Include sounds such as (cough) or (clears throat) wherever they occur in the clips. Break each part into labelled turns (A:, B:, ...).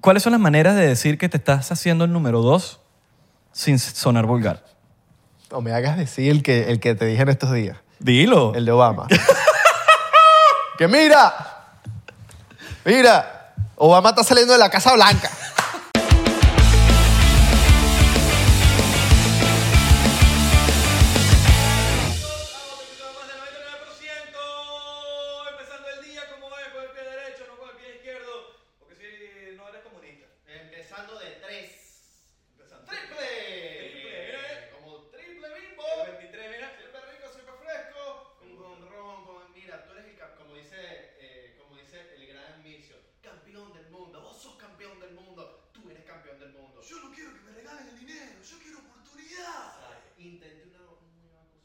A: ¿Cuáles son las maneras de decir que te estás haciendo el número dos sin sonar vulgar?
B: O me hagas decir el que, el que te dije en estos días.
A: Dilo.
B: El de (laughs) Obama. que mira, mira, Obama está saliendo de la Casa Blanca.
C: empezando el día como es, con el pie derecho, no con el pie izquierdo, porque si no eres comunista.
D: Empezando de tres. ¡Triple!
C: mira.
D: Como triple bimbo.
C: El 23, mira.
D: Siempre rico, siempre fresco. Con ron, con... Mira, tú eres el campeón, como dice, eh, como dice el gran Micio. Campeón del mundo. Vos sos campeón del mundo. Tú eres campeón del mundo.
C: Yo no quiero que me regalen el dinero, yo quiero oportunidad.
D: Intenté una un nueva cosa con la gente.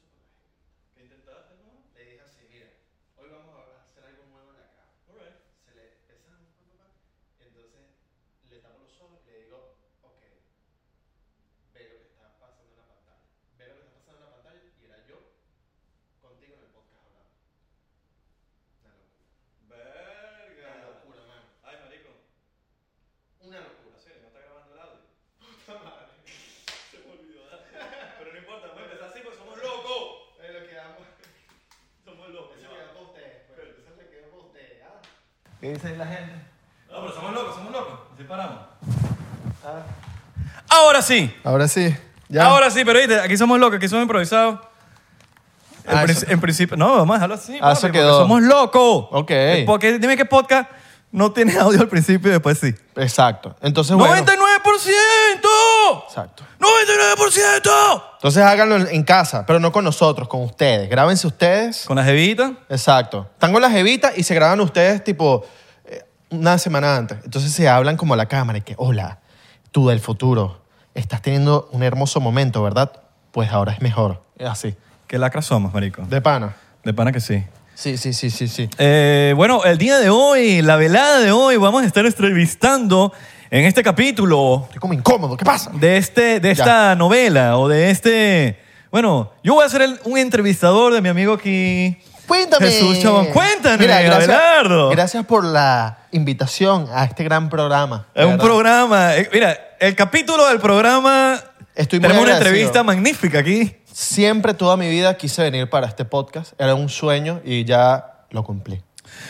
C: ¿Qué intentaste, no?
D: Le dije así, mira, hoy vamos a hacer algo nuevo en la casa.
C: Alright.
D: se le pesan un poco más. Entonces le tapo los ojos y le digo, ok, ve lo que está pasando en la pantalla. Ve lo que está pasando en la pantalla y era yo contigo en el podcast hablando. Una locura. Una
C: Verga.
D: locura, mano.
C: Ay, marico.
D: Una locura.
C: ¿En serio? ¿No está grabando el audio? (laughs) Puta madre. Se me olvidó. ¿verdad? Pero no importa, vamos a empezar así porque somos locos.
D: Es lo que amo.
C: Somos locos.
D: Eso
C: ya va.
D: le quedó para ustedes. Pues. Eso le quedó para ustedes. ¿ah?
B: ¿Qué dice la gente?
A: No, pero somos locos, somos locos. Así paramos.
B: Ah.
A: Ahora sí.
B: Ahora sí. Ya.
A: Ahora sí, pero viste, aquí somos locos, aquí somos improvisados. En,
B: Ah,
A: prin-
B: eso-
A: en principio, no, vamos a dejarlo así.
B: Ah, eso
A: porque
B: quedó.
A: Somos locos.
B: Ok.
A: Porque dime qué podcast no tiene (laughs) audio al principio y después sí.
B: Exacto. Entonces, bueno.
A: ¡99%!
B: Exacto.
A: ¡99%!
B: Entonces háganlo en- en casa, pero no con nosotros, con ustedes. Grábense ustedes.
A: Con la jevita.
B: Exacto. Están con las evitas y se graban ustedes tipo eh, una semana antes. Entonces se hablan como a la cámara y que, hola, tú del futuro, estás teniendo un hermoso momento, ¿verdad? Pues ahora es mejor. Así.
A: Qué lacra somos, marico.
B: De pana.
A: De pana que sí.
B: Sí, sí, sí, sí, sí.
A: Eh, bueno, el día de hoy, la velada de hoy, vamos a estar entrevistando en este capítulo
B: Estoy como incómodo. ¿Qué pasa?
A: de, este, de esta novela o de este... Bueno, yo voy a ser el- un entrevistador de mi amigo aquí.
B: Cuéntame.
A: Jesús Chabón, cuéntame, Abelardo.
B: Gracias por la invitación a este gran programa. de
A: Es un
B: verdad.
A: programa. eh, Mira, el capítulo del programa.
B: Estoy muy
A: tenemos una
B: agradecido.
A: entrevista magnífica aquí.
B: Siempre toda mi vida quise venir para este podcast. Era un sueño y ya lo cumplí.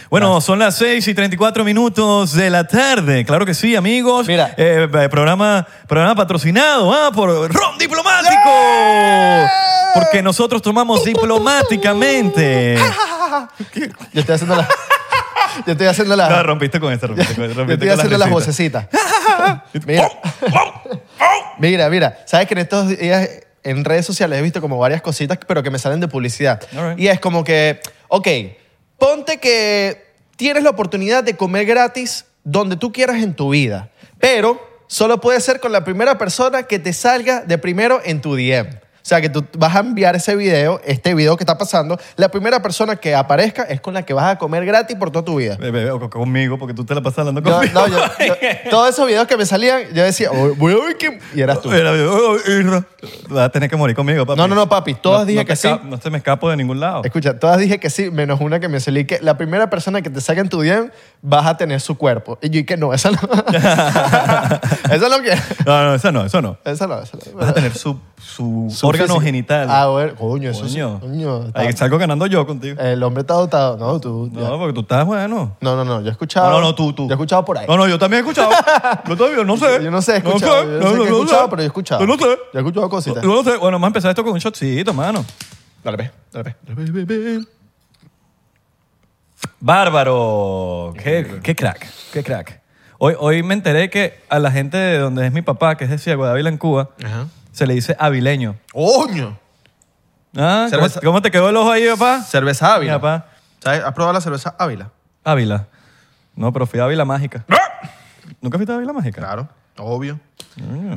A: Bueno, son las 6 y 34 minutos de la tarde. Claro que sí, amigos.
B: Mira.
A: Eh, eh, programa, programa patrocinado ah, por Ron Diplomático. Porque nosotros tomamos diplomáticamente.
B: Yo estoy haciendo la. (laughs) yo estoy haciendo la.
A: No, Ah, rompiste con esta, rompiste con esta.
B: yo
A: rompiste
B: estoy
A: con
B: haciendo las
A: risitas. (laughs)
B: vocecitas. mira. mira, mira. Sabes que en estos días en redes sociales he visto como varias cositas, pero que me salen de publicidad.
A: All right.
B: Y es como que, ok, ponte que tienes la oportunidad de comer gratis donde tú quieras en tu vida, pero solo puede ser con la primera persona que te salga de primero en tu DM. O sea, que tú vas a enviar ese video, este video que está pasando, la primera persona que aparezca es con la que vas a comer gratis por toda tu vida.
A: Ve, ve, ve, o conmigo, porque tú te la pasas hablando
B: No,
A: conmigo.
B: no, yo-
A: (laughs)
B: yo- todos esos videos que me salían, yo decía, "Oh, voy a ver quién. Y eras tú.
A: Era, oh, irra. Vas a tener que morir conmigo, papi.
B: No, no, no, papi, todas dije
A: te
B: que sí.
A: esca- No se me escapo de ningún lado.
B: Escucha, todas dije que sí, menos una que me salí que la primera persona que te saque en tu DM vas a tener su cuerpo. Y yo, y que
A: (laughs)
B: no, esa no. esa no quiero.
A: No, no, eso no, eso no.
B: Esa no, esa no.
A: Vas a tener su, su,
B: Su
A: órgano
B: físico.
A: genital.
B: Ah, bueno, coño, eso sí.
A: Coño.
B: Coño, está-
A: Ahí salgo ganando yo contigo.
B: el hombre está dotado. No, tú. ya.
A: No, porque tú estás bueno.
B: No, no, no, yo he escuchado.
A: No, no, no, tú, tú.
B: Yo he escuchado por ahí.
A: No, no, yo también he
B: (laughs)
A: escuchado. yo todavía no sé.
B: Yo no sé, he escuchado.
A: No sé,
B: Yo no sé qué he escuchado, pero yo he escuchado.
A: Yo no sé.
B: Yo he escuchado cositas.
A: Yo no sé. Bueno, vamos a empezar esto con un shotcito, mano.
B: Dale, ve, dale, ve, dale, ve, ve, ve.
A: Bárbaro.
B: Eh.
A: Qué, qué crack, qué crack. Hoy, hoy me enteré que a la gente de donde es mi papá, que es de Ciego de Ávila, en Cuba,
B: Ajá.
A: se le dice avileño.
B: ¡Coño!
A: ¿Ah? ¿Cómo,
B: Cerveza-
A: cómo te quedó el ojo ahí, papá?
B: Cerveza Ávila.
A: Mira, papá.
B: ¿Sabes? ¿Has probado la cerveza Ávila?
A: Ávila. No, pero fui a Ávila Mágica.
B: ¡Ah!
A: ¿Nunca fuiste a Ávila Mágica?
B: Claro, obvio.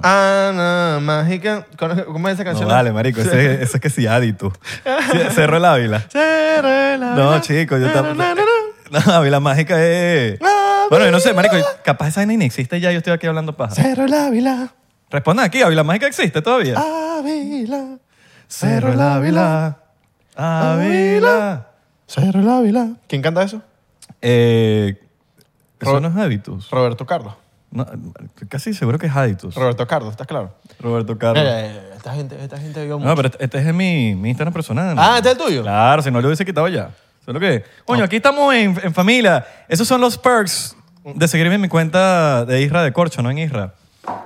B: Ana Mágica. ¿Cono- ¿Cómo es esa
A: Mm. No,
B: canción?
A: vale, marico, ese, ese es que sí, adito.
B: (laughs)
A: Cerro el Ávila. No, chico, yo tampoco. No, Ávila Mágica es... Bueno, yo no sé, marico, capaz esa vaina ni existe ya, yo estoy aquí hablando paja.
B: Cerro el Ávila,
A: Responda aquí, Ávila Mágica existe
B: Ah,
A: todavía.
B: Ávila.
A: Cerro el Ávila, Ávila.
B: Cerro el Ávila. ¿Quién canta eso?
A: Eh, eso
B: Ro-
A: no es hábitos.
B: Roberto Carlos.
A: No, estoy casi seguro que es Aditus.
B: Roberto Carlos, ¿estás claro?
A: Roberto Carlos.
B: Eh, esta gente, esta gente vio mucho.
A: No, pero este- este es mi, mi Instagram personal.
B: Ah, ¿este es el tuyo?
A: Claro, si no lo hubiese quitado ya. Solo que, coño, aquí estamos en, en familia. Esos son los perks de seguirme en mi cuenta de Isra de Corcho, no en Isra.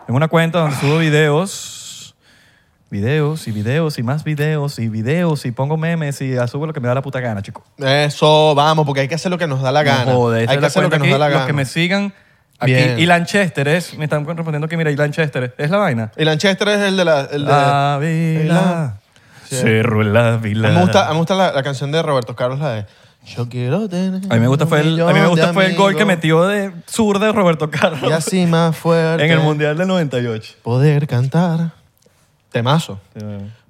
A: En una cuenta donde subo videos, videos y videos y más videos y videos y pongo memes y subo lo que me da la puta gana, chico.
B: Eso, vamos, porque hay que hacer lo que nos da la gana.
A: No jodas, esta
B: hay
A: es
B: que
A: la
B: hacer lo que
A: cuenta
B: nos da
A: aquí,
B: la
A: Los que me
B: gana.
A: sigan.
B: Bien.
A: Aquí. Y Lanchester es, me están respondiendo que mira, y Lanchester es la vaina.
B: Y Lanchester es el de la... el de-
A: Ah, Ávila,
B: Sí.
A: cerro el
B: A
A: Ávila.
B: mí me gusta, a mí me gusta la, la canción de Roberto Carlos, la de... Yo quiero tener
A: A mí me gusta fue el, a mí me gusta fue el gol que
B: metí
A: metió de sur de Roberto
B: Y
A: Carlos
B: así más fuerte.
A: en el Mundial del 98.
B: Poder cantar. Temazo.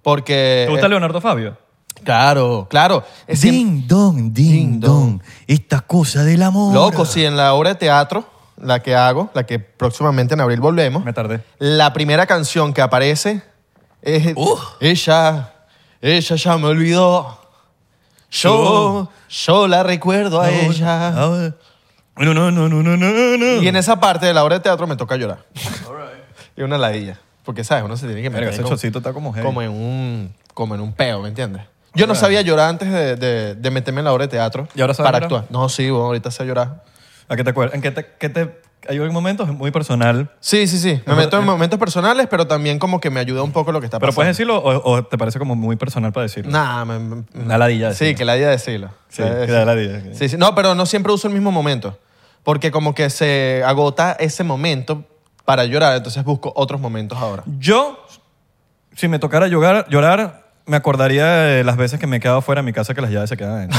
B: Porque...
A: ¿Te gusta Leonardo Fabio?
B: Claro, claro. Eh, Es que-
A: dong,
B: Ding dong.
A: esta cosa del amor.
B: loco, si en la obra de teatro, la que hago, la que próximamente en abril volvemos,
A: Me tardé.
B: la primera canción que aparece es Ella, ella ya me olvidó. Yo, yo la recuerdo a ella.
A: No, no, no, no, no, no, no.
B: Y en esa parte de la obra de teatro me toca llorar. (laughs) Y una ladilla. Porque, ¿sabes? Uno se tiene que meter
A: Verga, ese
B: como,
A: chocito eh. está como heavy.
B: como en un, como en un peo, ¿me entiendes? Yo no sabía llorar antes de, de- de meterme en la obra de teatro
A: ¿Y ahora sabes
B: para
A: llorar?
B: actuar. No, sí, bueno, ahorita sé llorar.
A: ¿A qué te acuerdas? ¿En qué te, qué te hay un momento muy personal?
B: Sí, sí, sí. Me
A: Ajá,
B: meto en
A: eh.
B: momentos personales, pero también como que me ayuda un poco lo que está
A: Pero
B: pasando.
A: puedes decirlo o, o te parece como muy personal para decirlo.
B: Nah, me- me-
A: Una ladilla de
B: Sí,
A: decirlo.
B: que ladilla decirlo.
A: Sí, que da ladilla, ok.
B: Sí, sí. No, pero no siempre uso el mismo momento. Porque como que se agota ese momento para llorar, entonces busco otros momentos ahora.
A: Yo, si me tocara llorar, llorar, me acordaría de las veces que me he quedado fuera de mi casa que las llaves se quedan (laughs) adentro.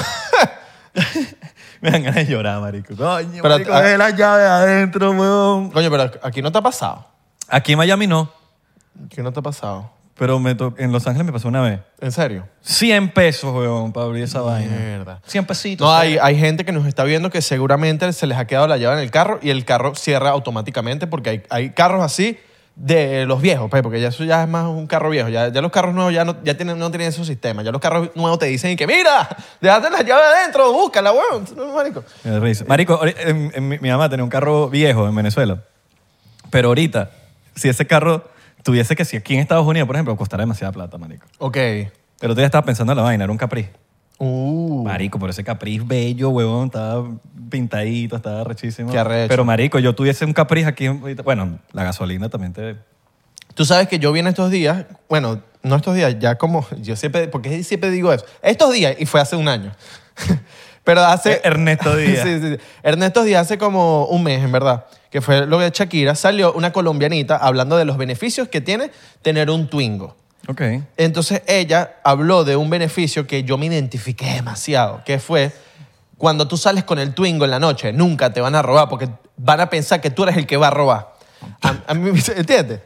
A: me dan ganas de llorar, marico. Coño,
B: Pero,
A: marico,
B: ah-
A: dejé las llaves adentro, weón.
B: Coño, pero aquí no te ha pasado.
A: Aquí en Miami no,
B: Aquí no te ha pasado.
A: pero me to- en Los Ángeles me pasó una vez.
B: ¿En serio?
A: 100 pesos, weón, para abrir esa vaina.
B: Mierda.
A: 100 pesitos.
B: No, hay, hay gente que nos está viendo que seguramente se les ha quedado la llave en el carro y el carro cierra automáticamente porque hay, hay carros así de los viejos, pues, porque ya eso ya es más un carro viejo. Ya, ya los carros nuevos ya, no, ya tienen, no tienen esos sistemas. Ya los carros nuevos te dicen y que mira, déjate la llave adentro, búscala, weón. No, marico.
A: Me da risa. Marico, ori- en- en mi, mi mamá tenía un carro viejo en Venezuela. Pero ahorita, si ese carro tuviese que, si aquí en Estados Unidos, por ejemplo, costara demasiada plata, marico.
B: Ok.
A: El otro día estaba pensando en la vaina, era un Capri.
B: Uh.
A: Marico, pero ese Capriz bello, huevón, estaba pintadito, estaba rechísimo.
B: Qué arrecho.
A: Pero marico, yo tuviese un Capriz aquí, ahorita- bueno, la gasolina también te...
B: Tú sabes que yo vine estos días, bueno, no estos días, ya como, yo siempre, porque siempre digo eso, estos días, y fue hace un año. (laughs) Pero hace...
A: Eh, Ernesto Díaz.
B: (laughs) sí, sí, sí. Ernesto Díaz hace como un mes, en verdad, que fue lo de Shakira, salió una colombianita hablando de los beneficios que tiene tener un Twingo.
A: Ok.
B: Entonces ella habló de un beneficio que yo me identifiqué demasiado, que fue cuando tú sales con el Twingo en la noche, nunca te van a robar porque van a pensar que tú eres el que va a robar. A, a mí, me- (laughs) ¿Entiendes?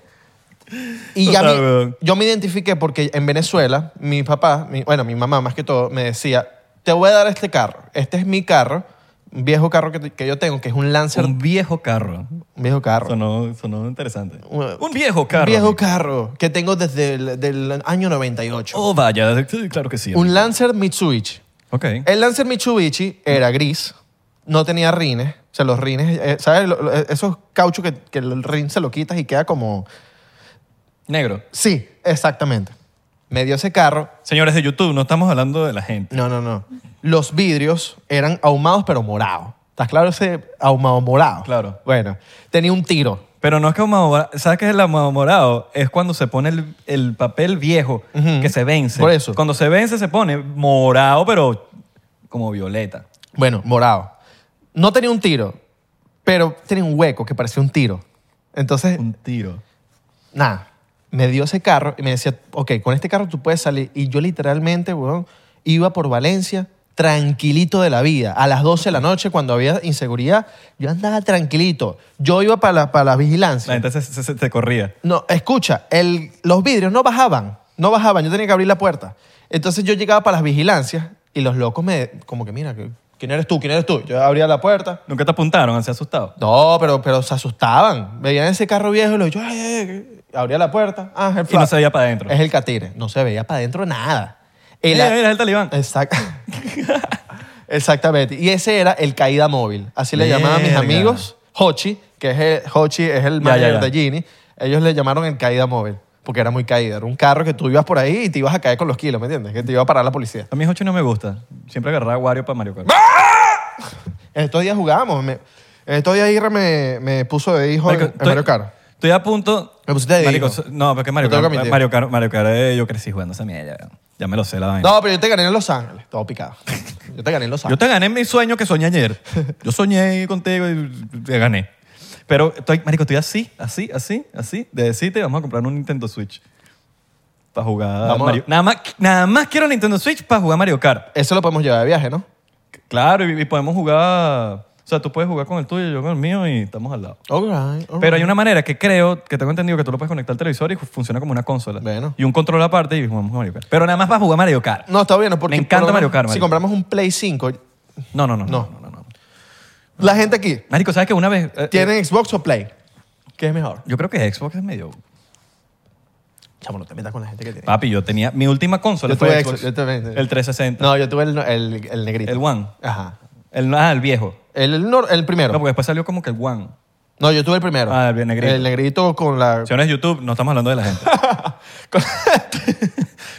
B: Y ya
A: Total,
B: me-
A: weón.
B: yo me identifiqué porque en Venezuela, mi papá, mi- bueno, mi mamá más que todo, me decía, te voy a dar este carro, este es mi carro, un viejo carro que, que yo tengo, que es un Lancer,
A: Un viejo carro.
B: un viejo carro.
A: Sonó, sonó interesante.
B: Un-
A: Un viejo carro.
B: Un viejo
A: amigo.
B: carro que tengo desde el del año 98.
A: Oh, vaya, sí, claro que sí.
B: un
A: amigo.
B: Lancer Mitsubishi.
A: ok.
B: El Lancer Mitsubishi era gris, no tenía rines. O sea, los rines, eh, ¿sabes? Lo- lo- Esos cauchos que, que el rin se lo quitas y queda como...
A: Negro.
B: Sí, exactamente. Me dio ese carro.
A: Señores de YouTube, no estamos hablando de la gente.
B: No, no, no. Los vidrios eran ahumados pero morados. ¿Estás claro ese ahumado morado?
A: Claro.
B: Bueno, tenía un tiro.
A: Pero no es que ahumado, ¿sabes qué es el ahumado morado? Es cuando se pone el, el papel viejo
B: Ujú.
A: que se vence.
B: Por eso.
A: Cuando se vence se pone morado, pero como violeta.
B: Bueno, morado. No tenía un tiro, pero tenía un hueco que parecía un tiro. Entonces,
A: Un tiro.
B: nada, me dio ese carro y me decía, ok, con este carro tú puedes salir. Y yo literalmente, weón, iba por Valencia tranquilito de la vida. A las 12 de la noche, cuando había inseguridad, yo andaba tranquilito. Yo iba para la, para la vigilancia.
A: La gente se, se- se- te corría.
B: No, escucha, el, los vidrios no bajaban, no bajaban, yo tenía que abrir la puerta. Entonces yo llegaba para las vigilancias y los locos me, como que mira, que- ¿quién eres tú? ¿Quién eres tú? Yo abría la puerta.
A: Nunca te apuntaron, así asustado.
B: No, pero, pero se asustaban. Veían ese carro viejo y los yo, "Ay, ay, ay". abría la puerta. Ah, es el
A: Y no
B: flaco.
A: se veía para adentro.
B: Es el catire. No se veía para adentro nada. El-
A: Mira, mira, es el talibán.
B: Exact- (laughs) Exactamente. Y ese era el caída móvil. Así le llamaban mis
A: Verga.
B: amigos. Hochi que es el, Hochi es el
A: Ya,
B: manager
A: ya, ya.
B: de Gini, ellos le llamaron el caída móvil, porque era muy caída. Era un carro que tú ibas por ahí y te ibas a caer con los kilos, ¿me entiendes? Que te iba a parar la policía.
A: A mí Hochi no me gusta. Siempre agarraba a Wario para Mario Kart.
B: ¡Ah! En estos días jugábamos. me- en estos días Irra me, me puso de hijo en,
A: Marico,
B: en Mario Kart.
A: Estoy a punto.
B: Me pusiste de
A: Marico,
B: hijo.
A: so- No, porque Mario
B: Lo tengo
A: Kart,
B: que admitir.
A: Mario Kart, Mario Kart, eh, yo crecí jugando esa mierda. ya. Ya me lo sé la vaina.
B: No, pero yo te gané en Los Ángeles. Todo picado. Yo te gané en Los
A: Yo
B: Ángeles.
A: te gané mi sueño que soñé ayer. Yo soñé contigo y te gané. Pero, estoy, marico, estoy así, así, así, así, de decirte, vamos a comprar un Nintendo Switch para jugar
B: Vamos a-
A: Mario. Nada más, nada más quiero un Nintendo Switch para jugar Mario Kart.
B: Eso lo podemos llevar de viaje, ¿no?
A: Claro, y, y podemos jugar... O sea, tú puedes jugar con el tuyo, yo con el mío y estamos al lado.
B: All right, all
A: Pero hay
B: right.
A: una manera que creo, que tengo entendido que tú lo puedes conectar al televisor y fu- funciona como una consola.
B: Bueno.
A: Y un control aparte y jugamos a Mario Kart. Pero nada más para jugar Mario Kart.
B: No, está bien, porque...
A: Me encanta
B: por lo menos
A: Mario Kart,
B: Si
A: marico.
B: compramos un Play 5,
A: No, no, no.
B: No.
A: No, no, no. no.
B: la gente aquí,
A: Marico, ¿sabes que una vez... eh,
B: ¿tiene Xbox o Play? ¿Qué es mejor?
A: Yo creo que Xbox es medio...
B: Chamo, no te metas con la gente que tiene.
A: Papi, yo tenía... Mi última consola
B: Yo
A: fue
B: tuve
A: Xbox.
B: Xbox, yo también.
A: el 360.
B: No, yo tuve el, el, el negrito.
A: El One.
B: Ajá.
A: El, ah, el viejo.
B: El, el, nor- el primero.
A: No,
B: No,
A: porque después salió como que el One.
B: yo tuve el primero.
A: Ah, el negrito.
B: El negrito con la... (laughs)
A: Si no es YouTube, no estamos hablando de la gente.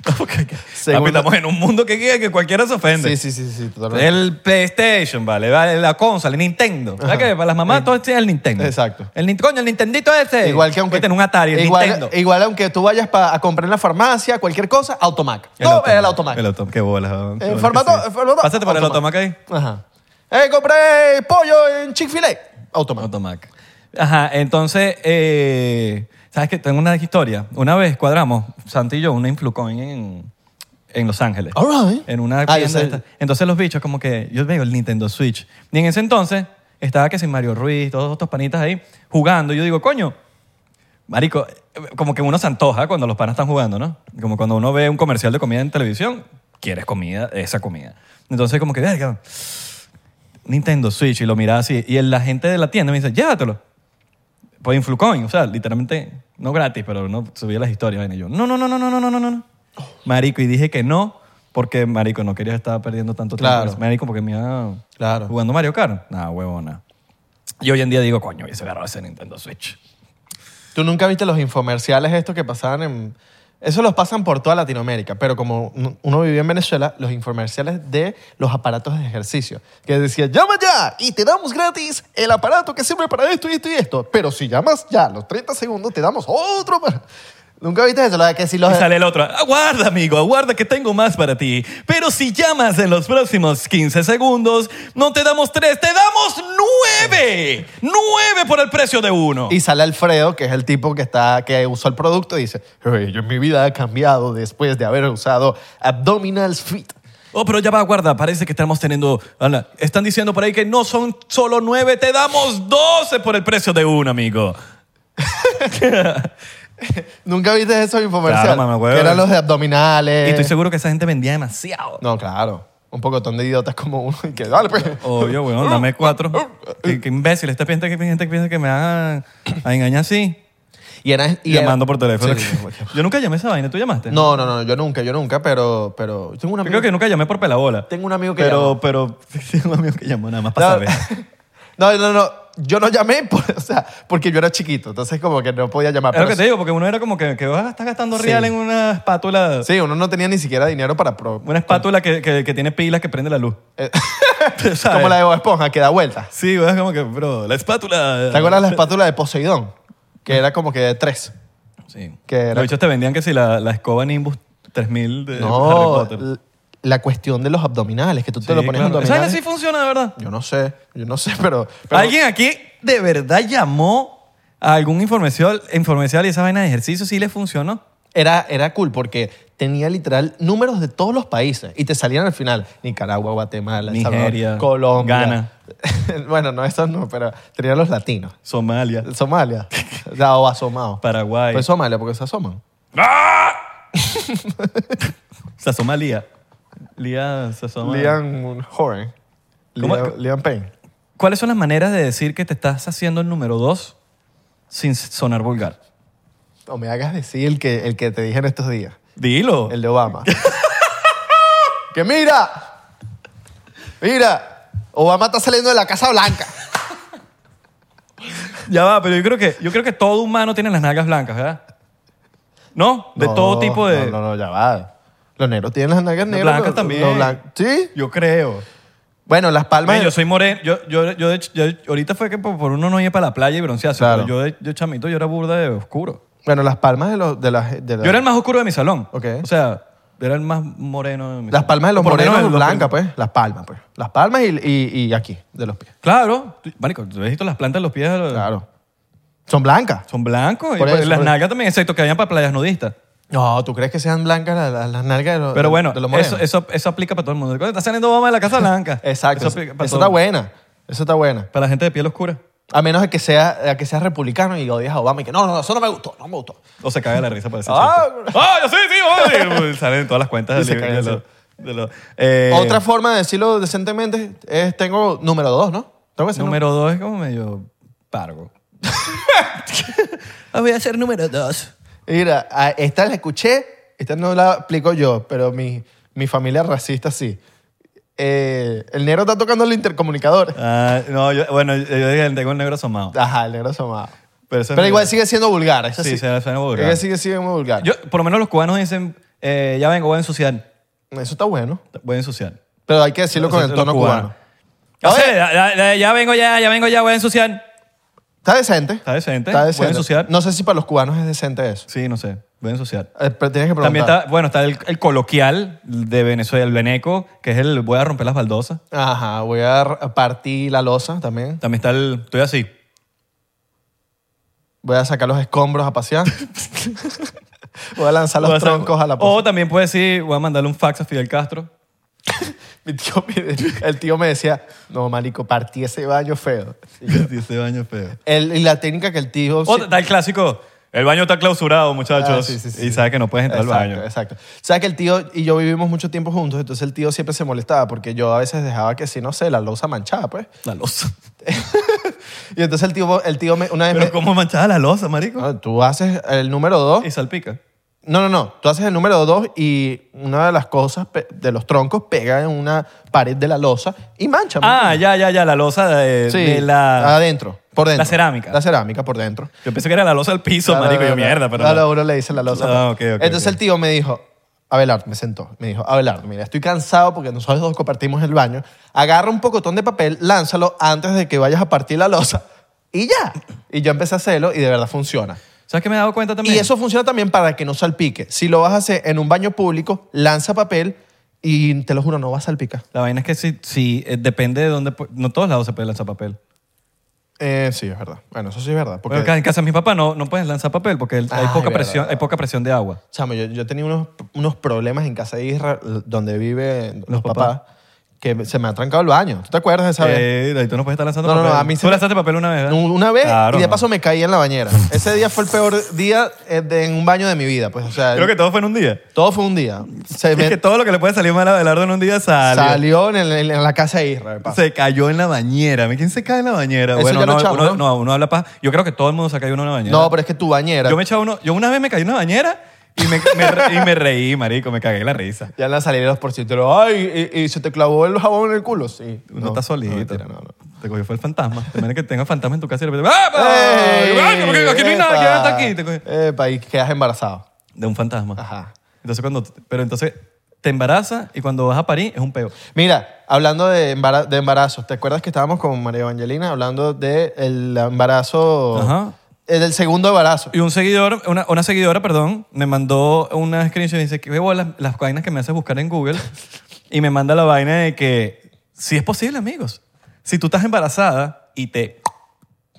A: no, porque...
B: Segunda-
A: Papi, estamos en un mundo que, que que cualquiera se ofende.
B: Sí, sí, sí, sí, totalmente.
A: El PlayStation, vale, vale, la consola, el Nintendo. ¿Sabes
B: Ajá.
A: qué? Para las mamás todo es el Nintendo.
B: Exacto.
A: El Nin- coño, el Nintendito ese.
B: Igual que aunque...
A: Vete en Este un Atari, el
B: igual,
A: Nintendo.
B: Igual aunque tú vayas pa- a comprar en la farmacia, cualquier cosa, Automac.
A: El
B: no,
A: Automac,
B: el Automac.
A: El Automac, qué bolas. weón, qué
B: En
A: bolas
B: formato,
A: que sí.
B: en formato
A: Pásate por el Automac ahí.
B: Ajá. Eh, compré pollo en Chick-fil-A. Automac.
A: Automac. Ajá, entonces, eh, ¿sabes qué? Tengo una historia. Una vez cuadramos, Santi y yo, una Influcoin en, en Los Ángeles.
B: All right.
A: En una
B: Oh. Ah, yo
A: tienda
B: sé.
A: esta. Entonces los bichos como que, yo veo el Nintendo Switch. Y en ese entonces estaba que sin Mario Ruiz, todos estos panitas ahí jugando. Y yo digo, coño, marico, eh, como que uno se antoja cuando los panas están jugando, ¿no? Como cuando uno ve un comercial de comida en televisión, quieres comida, esa comida. Entonces como que, verga, Nintendo Switch y lo miraba así. Y el- la gente de la tienda me dice, llévatelo. Por Influcoin, o sea, literalmente, no gratis, pero no subía las historias. vaina. Y yo, no, no, no, no, no, no, no, no, no. Marico, y dije que no, porque, marico, no quería estar perdiendo tanto
B: Claro.
A: tiempo. Marico, porque me iba
B: Claro.
A: jugando Mario Kart. Nada, huevona. Y hoy en día digo, coño, hubiese agarrado ese Nintendo Switch.
B: Tú nunca viste los infomerciales estos que pasaban en... Eso los pasan por toda Latinoamérica, pero como n- uno vivía en Venezuela, los infomerciales de los aparatos de ejercicio, que decía, llama ya y te damos gratis el aparato que sirve para esto y esto y esto, pero si llamas ya a los 30 segundos te damos otro aparato. ¿Nunca viste eso? Lo de que si los...
A: Y sale el otro. Aguarda, amigo, aguarda que tengo más para ti. Pero si llamas en los próximos 15 segundos, no te damos tres, te damos nueve. Nueve por el precio de uno.
B: Y sale Alfredo, que es el tipo que, está, que usó el producto, y dice, "Hey, yo, mi vida ha cambiado después de haber usado Abdominals Fit.
A: Oh, pero ya va, aguarda, parece que estamos teniendo... Ana, Están diciendo por ahí que no son solo nueve, te damos doce por el precio de uno, amigo.
B: ¿Nunca viste esos infomerciales?
A: Claro, mamá, huevo.
B: que eran los de abdominales.
A: Y estoy seguro que esa gente vendía demasiado.
B: No, claro. Un pocotón de idiotas como uno y que dale, pues.
A: Obvio, weón, dame cuatro. qué, qué imbécil, esta gente que, gente que piensa que me van a- a engañar así.
B: Y era, y era-
A: llamando por teléfono.
B: Sí, sí,
A: yo nunca llamé esa vaina, ¿tú llamaste?
B: no, no, no, yo nunca, yo nunca, pero, pero tengo un
A: Yo
B: amigo.
A: creo que nunca llamé por pelabola.
B: Tengo un amigo que
A: pero,
B: llamó.
A: Pero (laughs) tengo un amigo que llamó nada más para
B: no, (laughs)
A: saber.
B: no, no, no, yo no llamé, (laughs) por- o sea, porque yo era chiquito, entonces como que no podía llamar.
A: Es lo que
B: pero
A: te digo, porque uno era como que, que vas a estar gastando
B: Sí.
A: real en una espátula.
B: sí, uno no tenía ni siquiera dinero para... pro-
A: Una espátula que, que, que tiene pilas que prende la luz. (laughs)
B: eh, (laughs)
A: ¿Sabes?
B: como la de Bob Esponja, que da vueltas.
A: Sí, weón, es como que, bro, la espátula.
B: ¿Te acuerdas la espátula de Poseidón? Que era como que de tres.
A: Sí.
B: Que era-
A: Los bichos te vendían que si la, la escoba Nimbus 3000 de Harry
B: No,
A: Potter.
B: l- la cuestión de los abdominales, que tú te lo
A: Sí,
B: pones
A: claro. Esa vaina
B: abdominales.
A: sí funciona, de verdad.
B: Yo no sé, yo no sé, (laughs) pero... pero-
A: ¿Alguien aquí de verdad llamó a algún informecial, informecial y esa vaina de ejercicio sí le funcionó?
B: Era, era cool porque tenía literal números de todos los países y te salían al final Nicaragua, Guatemala, El Salvador,
A: Nigeria,
B: Colombia.
A: Ghana.
B: (laughs) bueno, no, esos no, pero tenía los latinos.
A: Somalia,
B: Somalia. O sea, o asomados.
A: (laughs) Paraguay,
B: Pues Somalia, porque se asoman.
A: se asoma Lía. Lía se asoma.
B: Liam Horan.
A: ¿Cómo-
B: Liam, Liam Payne.
A: ¿Cuáles son las maneras de decir que te estás haciendo el número dos sin sonar vulgar?
B: No me hagas decir el que, el que te dije en estos días.
A: Dilo.
B: El
A: (laughs)
B: de Obama. que mira, mira, Obama está saliendo de la Casa Blanca.
A: Ya va, pero yo creo que, yo creo que todo humano tiene las nalgas blancas, ¿verdad? ¿No? De
B: No,
A: todo tipo de...
B: No, no, no, ya va. Los negros tienen las nalgas negras.
A: blancas
B: los-
A: también.
B: los blan- ¿Sí?
A: Yo creo.
B: Bueno, las palmas...
A: Man, yo soy moreno. Yo, yo, yo, de hecho- yo- ahorita fue que por, por uno no iba para la playa y broncearse.
B: Claro.
A: pero Yo, de- yo chamito, yo era burda de oscuro.
B: Bueno, las palmas de los... De las, de las-
A: Yo era el más oscuro de mi salón.
B: Ok.
A: O sea, era el más moreno de mi
B: Las
A: salón.
B: palmas de los
A: Por lo menos
B: morenos
A: en los-
B: blancas, pues. Las palmas, pues. Las palmas y, y, y aquí, de los pies.
A: Claro. Tú- Marico, tú has visto las plantas de los pies.
B: Claro. Son blancas.
A: Son blancos. y
B: Por
A: pues
B: eso,
A: las
B: por eso.
A: nalgas también, excepto que vayan para playas nudistas.
B: No, ¿tú crees que sean blancas las, las- las nalgas de los
A: Pero bueno,
B: de los morenos?
A: eso, eso, eso aplica para todo el mundo. Cuando está saliendo Obama de la Casa Blanca.
B: (laughs) Exacto. Eso,
A: aplica para todo
B: está
A: el mundo.
B: buena. Eso está buena.
A: Para la gente de piel oscura.
B: A menos de que sea, a que seas republicano y odias a Obama y que no, no, no, eso no me gustó, no me gustó.
A: O se caga de la risa para ese
B: Ah,
A: chiste. ¡Ah, yo sí, sí! voy!
B: (laughs)
A: Y Pues, Salen en todas las cuentas
B: Y se
A: del libro.
B: caga
A: de
B: así.
A: los- de los- eh,
B: Otra forma de decirlo decentemente es tengo número dos, ¿no? Tengo que ser
A: Número dos es como medio
B: (laughs)
A: pargo. Voy a ser número dos.
B: Mira, a- esta la escuché, esta no la explico yo, pero mi, mi familia racista sí. Eh, el negro está tocando el intercomunicador.
A: Ah, no, yo, bueno, yo yo tengo el negro asomado.
B: Ajá, el negro asomado.
A: Pero, eso es
B: Pero igual
A: mi-
B: sigue siendo vulgar. eso
A: Sí,
B: sí,
A: se- suena vulgar.
B: Ella sigue siendo vulgar.
A: Yo, por lo menos los cubanos dicen, eh, ya vengo, voy a ensuciar.
B: Eso está bueno,
A: Voy a ensuciar.
B: pero hay que decirlo con el
A: Los
B: tono
A: cubanos.
B: cubano.
A: O sea,
B: Oye.
A: la- la- la- ya vengo ya, ya vengo ya, voy a ensuciar.
B: Está decente.
A: Está decente.
B: Está
A: Voy a
B: decente.
A: ensuciar.
B: No sé si para los cubanos es decente eso.
A: Sí, no sé, voy a ensuciar.
B: Eh, Pero tienes que preguntar.
A: También está, bueno, está el, el coloquial de Venezuela, el veneco, que es el voy a romper las baldosas.
B: Ajá, voy a r- partir la losa también.
A: También está el, estoy así.
B: Voy a sacar los escombros
A: (laughs)
B: a pasear. voy a lanzar
A: Voy
B: los
A: a hacer-
B: troncos a la
A: O
B: poza.
A: también puede decir, voy a mandarle un fax a Fidel Castro.
B: Mi tío me- el tío me decía, no, marico, partí ese baño feo.
A: (laughs) Ese este baño feo.
B: El- y la técnica que el tío...
A: O está el clásico, el baño está clausurado, muchachos.
B: Ah, sí, sí, sí,
A: y
B: sí.
A: sabe que no puedes entrar
B: exacto,
A: al baño.
B: Exacto. Sabes que el tío y yo vivimos mucho tiempo juntos, entonces el tío siempre se molestaba porque yo a veces dejaba que si no sé, la losa manchada, pues.
A: La
B: (laughs)
A: losa.
B: Y entonces el tío, el tío me, una vez
A: Pero
B: me- Ah,
A: ¿cómo manchada la losa, marico?
B: No, tú haces el número dos
A: Y salpica.
B: No, no, no. Tú haces el número dos y una de las cosas pe- de los troncos pega en una pared de la losa y mancha. ¿me
A: Ah, ya, ya, ya, la losa de,
B: entiendes? sí, Ah,
A: de la...
B: adentro, por dentro.
A: la cerámica.
B: La cerámica por dentro.
A: Yo pensé que era la losa al piso,
B: Claro,
A: marico. Yo,
B: claro,
A: mierda, pero...
B: claro,
A: no.
B: uno le dice la losa. pues.
A: Ah, ok, ok,
B: Entonces
A: ok.
B: el tío me dijo, Abelardo, me sentó, me dijo, Abelardo, mira, estoy cansado porque nosotros dos compartimos el baño. Agarra un pocotón de papel, lánzalo antes de que vayas a partir la losa y ya. Y yo empecé a hacerlo y de verdad funciona.
A: ¿Sabes qué me he dado cuenta también?
B: Y eso funciona también para que no salpique. Si lo vas a hacer en un baño público, lanza papel y te lo juro, no va a salpicar.
A: La vaina es que si, si eh, depende de dónde... pu- No todos lados se puede lanzar papel.
B: Eh, sí, es verdad. Bueno, eso sí es verdad. Porque,
A: Porque en casa de mis papás no, no puedes lanzar papel porque el- hay,
B: Ay,
A: poca
B: verdad.
A: presión, hay poca presión de agua.
B: chamo, yo, yo tenía unos, unos problemas en casa de Isra, donde vive los, papás,
A: papás.
B: que se me ha trancado el baño. ¿Tú te acuerdas de esa vez?
A: Eh, ahí tú no puedes estar lanzando
B: No, no,
A: papel.
B: no, a mí se
A: Tú
B: me-
A: lanzaste papel una vez, ¿verdad?
B: Una vez
A: Claro,
B: y de
A: no.
B: paso me caí en
A: (laughs)
B: la bañera. Ese día fue el peor día eh, de- en un baño de mi vida. Pues, o sea,
A: Creo que todo fue en un día.
B: todo fue un día.
A: (laughs)
B: Se
A: Es
B: me
A: que todo lo que le puede salir mal a Abelardo en un día salió.
B: salió en, el- en la casa de Isra. de paso.
A: Se cayó en la bañera. ¿Quién se cae en la bañera?
B: Eso
A: bueno,
B: ya lo
A: no,
B: echamos,
A: uno,
B: ¿no?
A: uno habla paz. Yo creo que todo el mundo se ha caído en una bañera.
B: No, pero es que tu bañera.
A: yo me echaba uno. Yo una vez me caí en una bañera y me, me re- y me reí, marico. Me cagué la risa.
B: Ya en la salida de los porcienteros, ay, y, y se te clavó el jabón en el culo, sí.
A: Uno está solito.
B: No, mentira, no, no.
A: Te cogió fue el fantasma. De manera que tengas fantasma en tu casa y de repente. ¡Ah!
B: ¡Ey!
A: ¡Ah! Porque aquí no hay nada.
B: Epa.
A: ¿Quién está aquí? Te cogió-
B: Epa, y quedas embarazado.
A: De un fantasma.
B: Ajá.
A: Entonces cuando. Pero entonces te embarazas y cuando vas a París es un peo.
B: Mira, hablando de, embara- de embarazos, ¿te acuerdas que estábamos con María Evangelina hablando del embarazo,
A: Ajá.
B: eh, del segundo embarazo?
A: Y un seguidor, una, una seguidora, perdón, me mandó una screenshot y dice que veo las, las vainas que me haces buscar en Google y me manda la vaina de que si es posible, amigos. Si tú estás embarazada y te,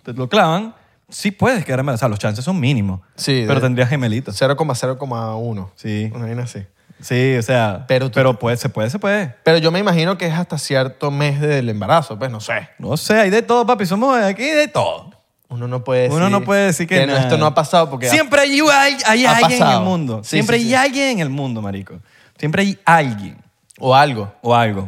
A: te lo clavan, sí puedes quedar embarazada. Los chances son mínimos.
B: Sí,
A: Pero
B: de-
A: tendrías gemelitos.
B: 0,0,1.
A: Sí.
B: Una vaina así.
A: Sí, o sea,
B: Pero
A: pero,
B: tú-
A: puede, se puede, se puede.
B: Pero yo me imagino que es hasta cierto mes del embarazo, pues no sé.
A: No sé, hay de todo, papi. Somos aquí de todo.
B: Uno no puede decir.
A: Uno no puede decir que,
B: no,
A: nada.
B: esto no ha pasado porque.
A: siempre hay, hay- hay
B: ha
A: alguien en
B: pasado.
A: el mundo.
B: Sí,
A: Siempre
B: sí,
A: hay
B: sí.
A: alguien en el mundo, marico. Siempre hay alguien
B: O algo.
A: o algo.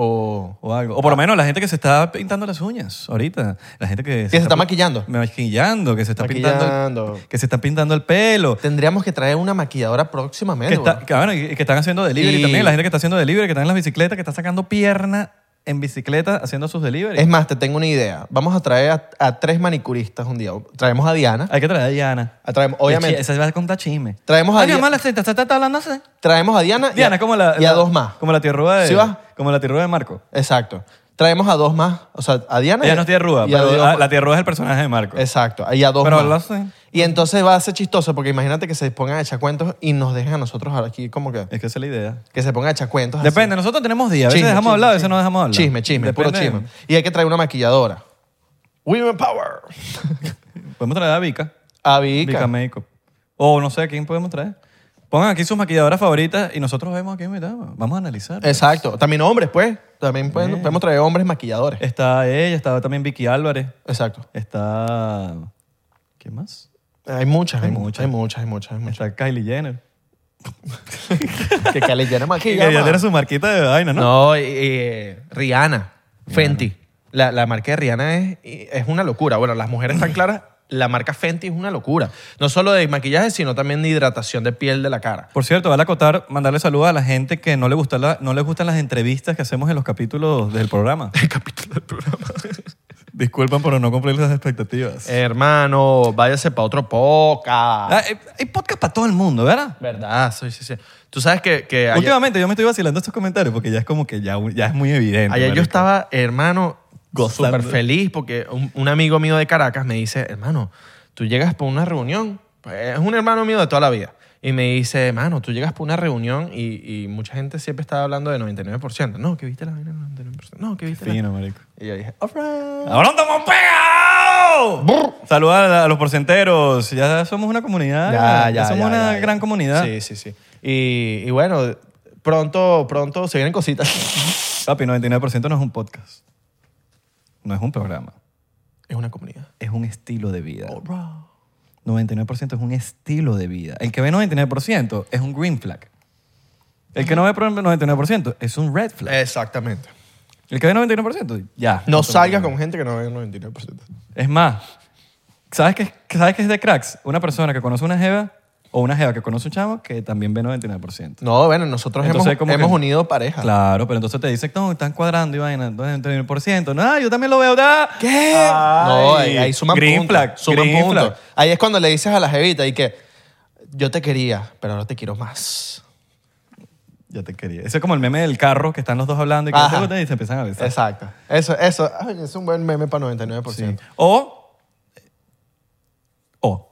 B: O.
A: O algo. O por lo menos la gente que se está pintando las uñas ahorita. La gente que
B: Que se está maquillando.
A: Maquillando, que se está pintando.
B: Maquillando.
A: el- que se está pintando el pelo.
B: Tendríamos que traer una maquilladora próximamente.
A: Que, está-
B: weón.
A: que, bueno, y- y que están haciendo delivery
B: Y-
A: también. La gente que está haciendo delivery, que está en las bicicletas, que está sacando pierna en bicicleta haciendo sus deliveries.
B: Es más, te tengo una idea. Vamos a traer a, a tres manicuristas un día. Traemos a Diana.
A: Hay que traer a Diana.
B: a- traemos- obviamente.
A: Esa va a contar chisme.
B: Traemos a
A: Ay, mi
B: Diana.
A: mamá, la cita, está- está- está hablando así.
B: Traemos a Diana. y
A: (laughs)
B: a-
A: Diana, es como la.
B: Y a
A: la-
B: dos más.
A: Como la tierrúa de.
B: ¿Sí va?
A: Como la tierrúa de Marco.
B: Exacto. Traemos a dos más. O sea, a Diana.
A: Ella no es tierrúa,
B: y a
A: pero
B: dos
A: ah,
B: más.
A: la tierrúa es el personaje de Marco.
B: Exacto. Y a dos
A: Pero
B: más.
A: lo hacen.
B: Y entonces va a ser chistoso porque imagínate que se pongan a echar cuentos y nos dejen a nosotros aquí como que.
A: Es que esa es la idea.
B: Que se pongan a echar cuentos. así.
A: Depende, nosotros tenemos días. A veces
B: Ah, Chisme,
A: dejamos
B: chisme,
A: hablar, a
B: chisme.
A: veces no dejamos hablar.
B: Chisme, chisme, puro
A: Depende.
B: chisme. Y hay que traer una maquilladora. Women Power.
A: Podemos traer a Vika.
B: A
A: Vika
B: Vika.
A: Makeup. O no sé a quién podemos traer. Pongan aquí sus maquilladoras favoritas y nosotros vemos a quién invitamos. Vamos a analizar.
B: Exacto. También hombres, pues. También pueden- podemos traer hombres maquilladores.
A: Está ella, está también Vicky Álvarez.
B: Exacto.
A: Está. ¿Quién más?
B: Hay muchas, hay, muchas,
A: muchas.
B: hay muchas, hay muchas, hay muchas.
A: Está Kylie Jenner.
B: que Kylie Jenner
A: (laughs) Que
B: maquilla.
A: ya
B: ma.
A: tiene su marquita de vaina, ¿no?
B: No, y- y, eh, Rihanna, Fenty. La, la marca de Rihanna es, y- es una locura. Bueno, las mujeres están claras, la marca Fenty es una locura. No solo de maquillaje, sino también de hidratación de piel de la cara.
A: Por cierto, vale acotar, mandarle saludos a la gente que no le, gusta la- no le gustan las entrevistas que hacemos en los capítulos del programa.
B: (laughs) El capítulo del programa.
A: (laughs)
B: Eh,
A: Disculpan por no cumplir las expectativas.
B: Hermano, váyase para otro poca.
A: Ah, eh, hay podcast para todo el mundo, ¿verdad?
B: ¿Verdad? Sí, sí, sí. Tú sabes que, que ayer,
A: Últimamente yo me estoy vacilando estos comentarios porque ya es como que ya, ya es muy evidente.
B: ayer yo
A: marico.
B: estaba, hermano,
A: Gozando.
B: súper feliz porque un, un amigo mío de Caracas me dice, hermano, tú llegas para una reunión. Pues, es un hermano mío de toda la vida. Y me dice, hermano, tú llegas para una reunión y, y mucha gente siempre está hablando de 99%. No, que viste la vaina del 99%. No, que viste la...
A: Fino, marico.
B: Y yo dije, all right.
A: ¡Ahora estamos pegados! Saludar a, a los porcenteros. Ya somos una comunidad. Ya, somos
B: ya,
A: una
B: ya.
A: gran comunidad.
B: Sí, sí, sí. Y, y bueno, pronto, pronto se vienen cositas.
A: Papi, 99% no es un podcast. No es un programa.
B: es una comunidad.
A: Es un estilo de vida.
B: All right.
A: 99% es un estilo de vida. El que ve 99% es un green flag. El que no ve 99% es un red flag.
B: Exactamente.
A: El que ve 99% ya.
B: Eh. No
A: Otro problema.
B: salgas con gente que no ve el 99%.
A: Es más, ¿sabes qué, ¿sabes qué es de cracks? Una persona que conoce una jeva o una jeva que conoce un chamo que también ve 99%.
B: No, bueno, nosotros
A: Entonces,
B: hemos,
A: como
B: hemos
A: que-
B: unido pareja.
A: Claro, pero entonces te dice, no, están cuadrando y vaina, 99%. No, yo también lo veo. ¿verdad?
B: ¿Qué? no, ahí, ahí suman
A: green
B: puntos.
A: flag,
B: suman
A: green
B: puntos.
A: flag.
B: Ahí es cuando le dices a la jevita y que yo te quería, pero ahora te quiero más.
A: Ya te quería. Eso es como el meme del carro que están los dos hablando y que
B: Ajá.
A: se gustan y se empiezan a besar.
B: Exacto. Eso, eso. ay, es un buen meme para 99%.
A: Sí. O. O.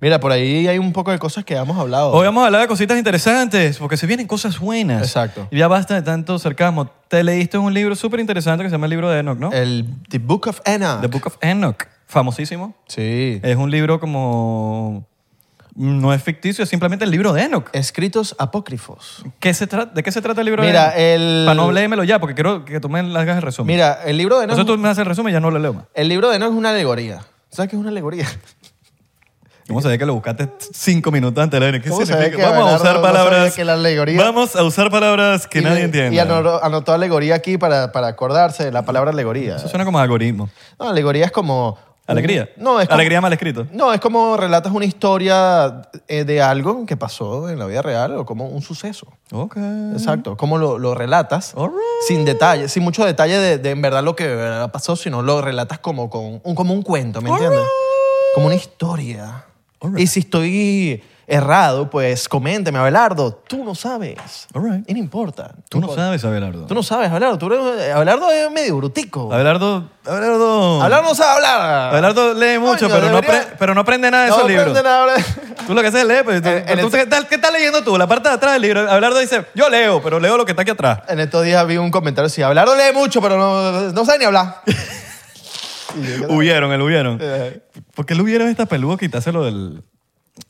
B: Mira, por ahí hay un poco de cosas que hemos hablado.
A: Hoy vamos a hablar de cositas interesantes, porque se vienen cosas buenas.
B: Exacto.
A: Y ya basta de tanto sarcasmo. Te leíste un libro súper interesante que se llama El libro de Enoch, ¿no?
B: El The Book of Anna.
A: The Book Eh. of Enoch. Famosísimo.
B: Sí.
A: Es un libro como. No es ficticio, es simplemente el libro de Enoch.
B: Escritos apócrifos.
A: ¿Qué se tra- ¿De qué se trata el libro
B: Mira,
A: de Enoch?
B: el-
A: Para no léemelo ya, porque quiero que tú me hagas el resumen.
B: Mira, el libro de Enoch.
A: Entonces tú me haces el resumen y ya no lo leo más.
B: El libro de Enoch es una alegoría. ¿Sabes qué es una alegoría?
A: ¿Cómo sabía que lo buscaste cinco minutos antes de la ¿Qué
B: ¿Cómo
A: significa?
B: sabía que
A: Vamos a
B: Abelardo
A: usar
B: no
A: palabras.
B: sabía que la alegoría-
A: Vamos a usar palabras que
B: Y-
A: nadie entiende.
B: Y anotó, anotó alegoría aquí para, para acordarse de la palabra alegoría.
A: Eso suena como algoritmo.
B: No, alegoría es como...
A: Alegría.
B: Mm, No, es como-
A: Alegría mal escrito.
B: No, es como relatas una historia eh, de algo que pasó en la vida real o como un suceso.
A: Ok.
B: Exacto, como lo, lo relatas
A: Mm. All right.
B: sin detalle, sin mucho detalle de, de en verdad lo que de verdad pasó, sino lo relatas como, con, un, como un cuento, ¿me entiendes? Como una historia.
A: All right.
B: Y si estoy errado, pues coménteme, Abelardo, tú no sabes.
A: All right.
B: Y no importa.
A: Tú no
B: impo-
A: sabes, Abelardo.
B: Tú no sabes, Abelardo. Tú eres- Abelardo es medio brutico.
A: Abelardo. Abelardo.
B: Hablar no sabe hablar.
A: Abelardo lee mucho,
B: Coño,
A: pero, no
B: debería-
A: apre- pero no aprende nada de
B: No
A: esos libros.
B: aprende nada.
A: Tú lo que haces es leer, pero tú-
B: En- en
A: tú-
B: este-
A: ¿qué, tal- qué estás leyendo tú? La parte de atrás del libro. Abelardo dice, yo leo, pero leo lo que está aquí atrás.
B: (laughs) En estos días vi un comentario así, Abelardo lee mucho, pero no, no sabe ni
A: (laughs)
B: hablar. Y yo,
A: Hubieron, el hubieron.
B: Eh.
A: ¿Por qué le hubieron esta peluca quitárselo del,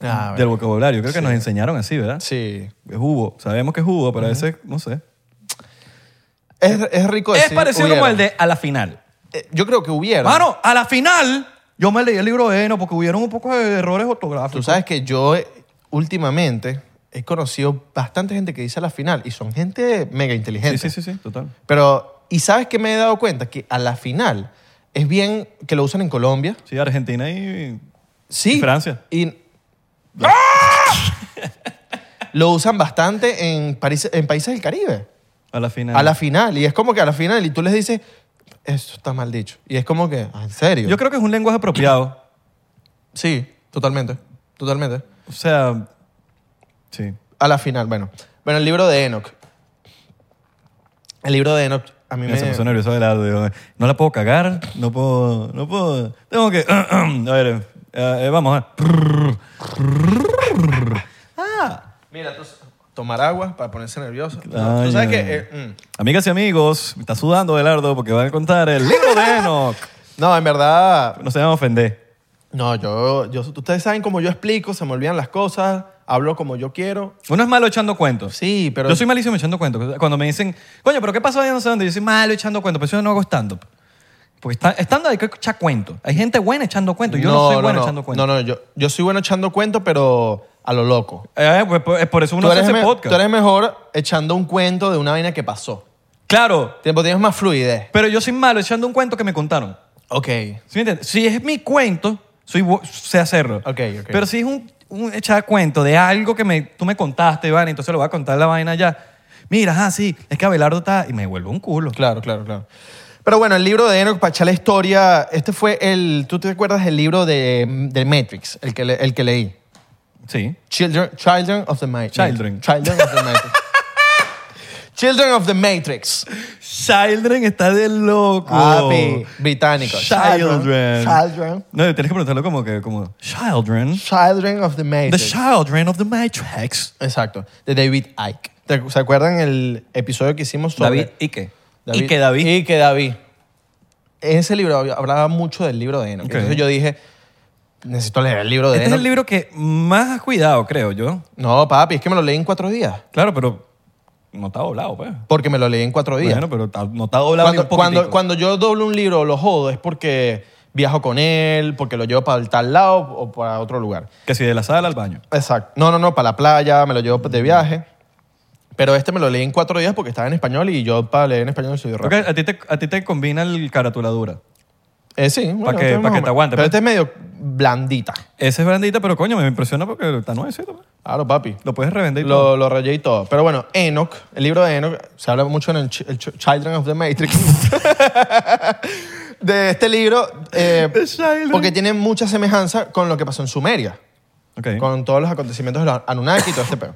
B: Ah,
A: del
B: bueno.
A: vocabulario? Creo que nos enseñaron así, ¿verdad?
B: Sí.
A: Es hubo. Sabemos que es hubo, pero a veces, no sé.
B: Es, es rico
A: Es
B: decir,
A: parecido
B: hubieron.
A: como el de a la final.
B: Eh, Yo creo que hubiera.
A: Mano, a la final, yo me leí el libro de Eno porque hubieron un poco de errores ortográficos.
B: Tú sabes que yo eh, últimamente he conocido bastante gente que dice a la final y son gente mega inteligente.
A: Sí, sí, sí, sí, total.
B: Pero, ¿y sabes que me he dado cuenta? Que a la final es bien que lo usan en Colombia.
A: Sí, Argentina y...
B: Sí.
A: ¿Y Francia?
B: Y... (laughs) ¡Ah! lo usan bastante en, París- en países del Caribe.
A: A la final.
B: A la final. Y es como que a la final. Y tú les dices, esto está mal dicho. Y es como que, ah, ¿en serio?
A: Yo creo que es un lenguaje apropiado.
B: Sí, totalmente. Totalmente.
A: O sea, sí.
B: A la final, bueno. Bueno, el libro de Enoch. El libro de Enoch a mí
A: Mira,
B: me...
A: se puso nervioso Abelardo. Digo, No la puedo cagar, no puedo, no puedo. Tengo que. (clears throat) A ver, eh, eh, vamos a
B: Mira, entonces, tomar agua para ponerse nervioso.
A: Claro.
B: Tú sabes que... eh, mm.
A: Amigas y amigos, me está sudando Abelardo porque va a contar el libro de Enoch.
B: No, en verdad...
A: No se van a ofender.
B: No, yo, yo... Ustedes saben cómo yo explico, se me olvidan las cosas, hablo como yo quiero.
A: Uno es malo echando cuentos.
B: Sí, pero...
A: Yo soy malísimo echando cuentos. Cuando me dicen, coño, pero ¿qué pasó? Yo no sé dónde. Yo soy malo echando cuentos, pero eso no hago stand-up. Porque está- stand-up hay que echar cuentos. Hay gente buena echando cuentos. Yo no, soy bueno echando cuentos.
B: No, no, yo, yo soy bueno echando cuentos, pero a lo loco.
A: Eh, pues, por- es por eso uno hace ese
B: me-
A: podcast.
B: tú eres mejor echando un cuento de una vaina que pasó.
A: Claro,
B: Tiempo tienes más fluidez.
A: pero yo soy malo echando un cuento que me contaron.
B: Ok.
A: ¿Sí me entiendes? Si es mi cuento, soy bu- sé hacerlo.
B: Ok, ok.
A: Pero si es un, un echar cuento de algo que me, tú me contaste, Iván, entonces lo voy a contar la vaina ya. Mira, ah, sí, es que Abelardo está... Y me vuelve un culo.
B: Claro, claro, claro. Pero bueno, el libro de Enoch, para echar la historia, este fue el, ¿tú te acuerdas del libro de, de Matrix, el que, le- el que leí?
A: Sí.
B: Children, Children of the Matrix.
A: Children.
B: Children of
A: (laughs)
B: the Matrix. Children of the Matrix.
A: Children está de loco.
B: Papi, británico.
A: Children.
B: Children.
A: No, tienes que preguntarlo como que... Como, Children.
B: Children of the
A: The
B: Matrix.
A: Children of the Matrix.
B: Exacto, de David Icke. ¿Te- ¿Se acuerdan el episodio que hicimos sobre
A: Ike. Ike David.
B: Ike David. En ese libro hab- hablaba mucho del libro de Enoch.
A: Ok.
B: Entonces yo dije, necesito leer el libro de
A: Este es
B: Enoch.
A: el libro que más has cuidado, creo yo.
B: No, papi, es que me lo leí en cuatro días.
A: Claro, pero no está doblado, pues.
B: Porque me lo leí en cuatro días.
A: Bueno, pero está- no está doblado ni
B: cuando,
A: un poquitico.
B: cuando, cuando yo doblo un libro o lo jodo es porque viajo con él, porque lo llevo para el tal lado o para otro lugar.
A: Que si de la sala al baño.
B: Exacto. No, no, no, para la playa, me lo llevo
A: Mm.
B: de viaje. Pero este me lo leí en cuatro días porque estaba en español y yo para leer en español soy
A: Creo
B: rápido.
A: que a ti te, a ti te combina el caratuladura.
B: Eh, sí, bueno,
A: que-
B: este es
A: pa' que
B: más o
A: te
B: menos.
A: aguante,
B: Pero
A: pues.
B: este es medio blandita.
A: Ese es brandita, pero coño, me impresiona porque está nuevecito. pues.
B: Claro, papi.
A: Lo puedes revender y todo.
B: Lo, lo rayé y todo. Pero bueno, Enoch, el libro de Enoch, se habla mucho en el, Ch- el Ch- Children of the Matrix. (laughs) de este libro, eh,
A: The Children.
B: porque tiene mucha semejanza con lo que pasó en Sumeria,
A: Ok.
B: con todos los acontecimientos de los Anunnaki y todo este pedo.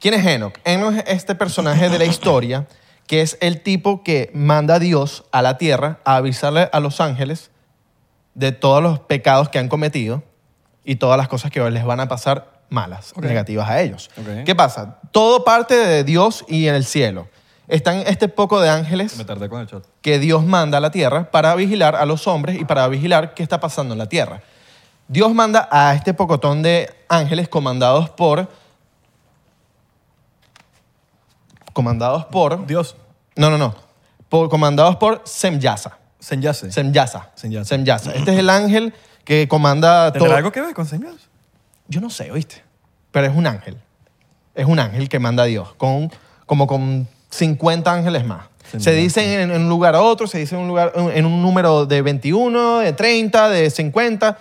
B: ¿Quién es Enoch? Enoch es este personaje de la historia que es el tipo que manda a Dios a la tierra a avisarle a los ángeles de todos los pecados que han cometido y todas las cosas que les van a pasar malas,
A: Ok.
B: negativas a ellos.
A: Ok.
B: ¿Qué pasa? Todo parte de Dios y en el cielo. Están este poco de ángeles
A: Me tardé con el shot.
B: que Dios manda a la tierra para vigilar a los hombres y para vigilar qué está pasando en la tierra. Dios manda a este pocotón de ángeles comandados por comandados por
A: Dios.
B: no, no, no. Por- comandados por Semyasa.
A: Senyase.
B: Semyasa.
A: Semyasa.
B: Semyasa. Este es el ángel que comanda todo.
A: ¿Tendrá algo que ver con senyase?
B: Yo no sé, ¿oíste? Pero es un ángel. Es un ángel que manda a Dios, con, como con 50 ángeles más. Se dicen en, en un lugar a otro, se dice en un, lugar, en un número de 21, de 30, de 50.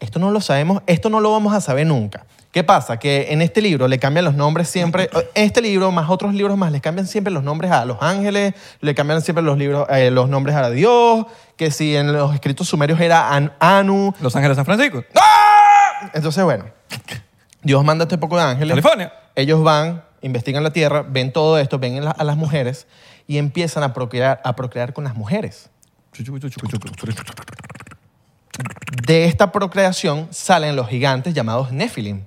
B: Esto no lo sabemos, esto no lo vamos a saber nunca. ¿Qué pasa? Que en este libro le cambian los nombres siempre, este libro más otros libros más, le cambian siempre los nombres a los ángeles, le cambian siempre los, libros, eh, los nombres a Dios, que si en los escritos sumerios era An- Anu.
A: Los Ángeles, San Francisco.
B: Entonces, bueno, Dios manda a este poco de ángeles.
A: California.
B: Ellos van, investigan la tierra, ven todo esto, ven la- a las mujeres y empiezan a procrear, a procrear con las mujeres.
A: Chuchu, chuchu, chuchu, chuchu.
B: De esta procreación salen los gigantes llamados Nephilim.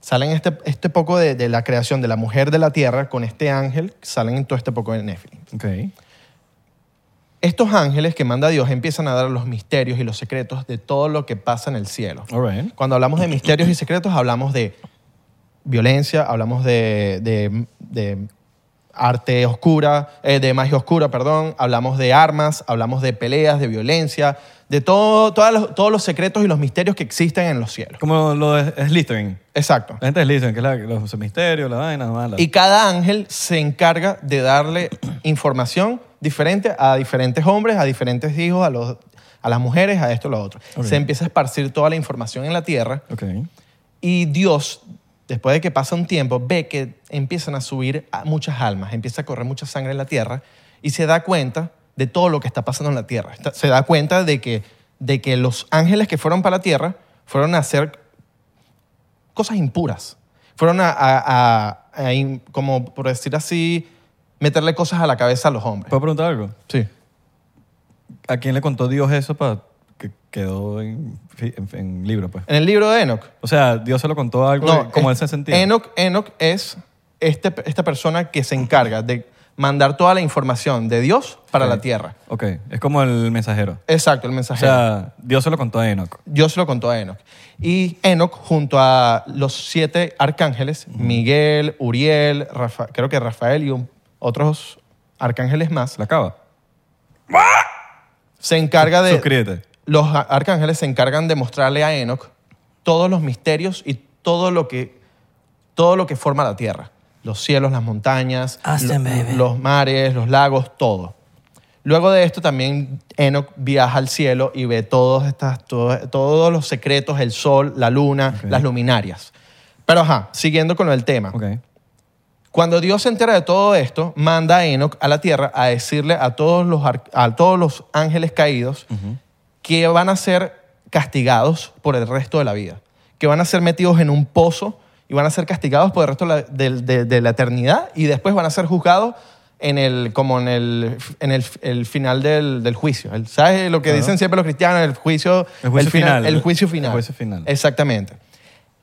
B: Salen este, este poco de, de la creación de la mujer de la tierra con este ángel, salen todo este poco de Nephilim.
A: Ok.
B: Estos ángeles que manda Dios empiezan a dar los misterios y los secretos de todo lo que pasa en el cielo.
A: All right.
B: Cuando hablamos de misterios y secretos, hablamos de violencia, hablamos de, de- de arte oscura, eh, de magia oscura, perdón, hablamos de armas, hablamos de peleas, de violencia, de todo, todas los- todos los secretos y los misterios que existen en los cielos.
A: Como lo de Slytherin.
B: Exacto.
A: La gente de Slytherin, que es la, los misterios, la vaina, mala.
B: Y cada ángel se encarga de darle información diferente a diferentes hombres, a diferentes hijos, a, los, a las mujeres, a esto, a lo otro.
A: Ok.
B: Se empieza a esparcir toda la información en la tierra
A: Ok.
B: y Dios después de que pasa un tiempo, ve que empiezan a subir a muchas almas, empieza a correr mucha sangre en la tierra y se da cuenta de todo lo que está pasando en la tierra. Está- Se da cuenta de que, de que los ángeles que fueron para la tierra fueron a hacer cosas impuras. Fueron a, a- a- a in- como por decir así, meterle cosas a la cabeza a los hombres.
A: ¿Puedo preguntar algo?
B: Sí.
A: ¿A quién le contó Dios eso para que quedó en, fi- en- en libro, pues?
B: En el libro de Enoch.
A: O sea, Dios se lo contó algo
B: No,
A: como
B: es-
A: él se sentía.
B: Enoch, Enoch es este, esta persona que se encarga de mandar toda la información de Dios para
A: Ok.
B: la tierra.
A: Ok, es como el mensajero.
B: Exacto, el
A: O
B: mensajero.
A: sea, Dios se lo contó a Enoch.
B: Dios se lo contó a Enoch. Y Enoch, junto a los siete arcángeles, Miguel, Uriel, Rafa- creo que Rafael y un- otros arcángeles más,
A: La acaba.
B: se encarga de...
A: Suscríbete.
B: los a- arcángeles se encargan de mostrarle a Enoch todos los misterios y todo lo que, todo lo que forma la tierra. Los cielos, las montañas,
A: Austin,
B: lo-
A: baby.
B: los mares, los lagos, todo. Luego de esto también Enoch viaja al cielo y ve todos, estas, todo- todos los secretos, el sol, la luna,
A: Ok.
B: las luminarias. Pero ajá, siguiendo con el tema.
A: Ok.
B: Cuando Dios se entera de todo esto, manda a Enoch a la tierra a decirle a todos los, ar- a todos los ángeles caídos que van a ser castigados por el resto de la vida, que van a ser metidos en un pozo y van a ser castigados por el resto de la, del- de- de la eternidad y después van a ser juzgados en el, como en el, en el, el final del, del juicio. El- ¿Sabes lo que
A: Claro.
B: dicen siempre los cristianos? El juicio,
A: El juicio final.
B: El juicio final.
A: El juicio final.
B: Exactamente.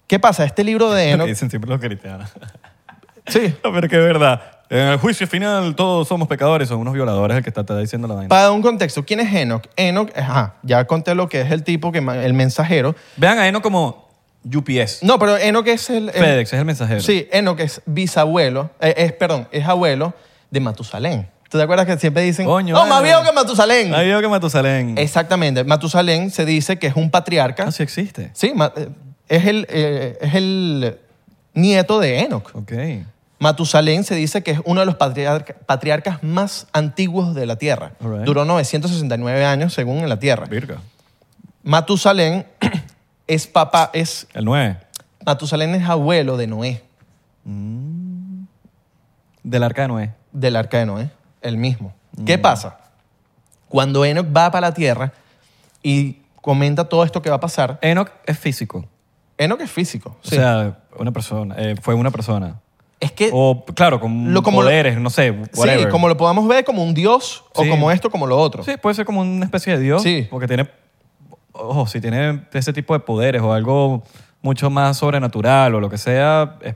B: ¿Qué pasa? Este
A: (laughs)
B: libro de
A: Lo
B: Enoch...
A: que dicen siempre los cristianos.
B: sí.
A: No, pero que es verdad. En el juicio final todos somos pecadores, son unos violadores el que está, está diciendo la vaina.
B: Para dar un contexto, ¿quién es Enoch? Enoch, eh, ajá, ya conté lo que es el tipo, que ma- el mensajero.
A: Vean a Enoch como UPS.
B: No, pero Enoch es el... el-
A: FedEx es el mensajero.
B: Eh, Sí, Enoch es bisabuelo, eh, es, perdón, es abuelo de Matusalén. ¿Tú te acuerdas que siempre dicen,
A: Coño,
B: no, más
A: vale.
B: viejo que Matusalén?
A: Ahí veo que Matusalén.
B: Exactamente, Matusalén se dice que es un patriarca.
A: Ah, sí existe.
B: Sí, ma- eh, es el, eh, es el nieto de Enoch.
A: Ok.
B: Matusalén se dice que es uno de los patriarca- patriarcas más antiguos de la Tierra.
A: All right.
B: Duró 969 años según en la Tierra.
A: Virga.
B: Matusalén (clears throat) es papá, es
A: El 9.
B: Matusalén es abuelo de Noé,
A: Del arca de Noé.
B: del arca de Noé, el mismo. ¿Qué
A: Mm.
B: pasa? Cuando Enoch va para la tierra y comenta todo esto que va a pasar,
A: Enoch es físico.
B: Enoch es físico.
A: O
B: sí.
A: sea, una persona. eh, fue una persona.
B: es que
A: O, claro, con
B: Lo- como lo-
A: poderes, no sé, whatever.
B: sí, como lo podamos ver como un dios o
A: Sí.
B: como esto, como lo otro.
A: Sí, puede ser como una especie de dios.
B: Sí.
A: Porque tiene. Ojo, si tiene ese tipo de poderes o algo mucho más sobrenatural o lo que sea, es-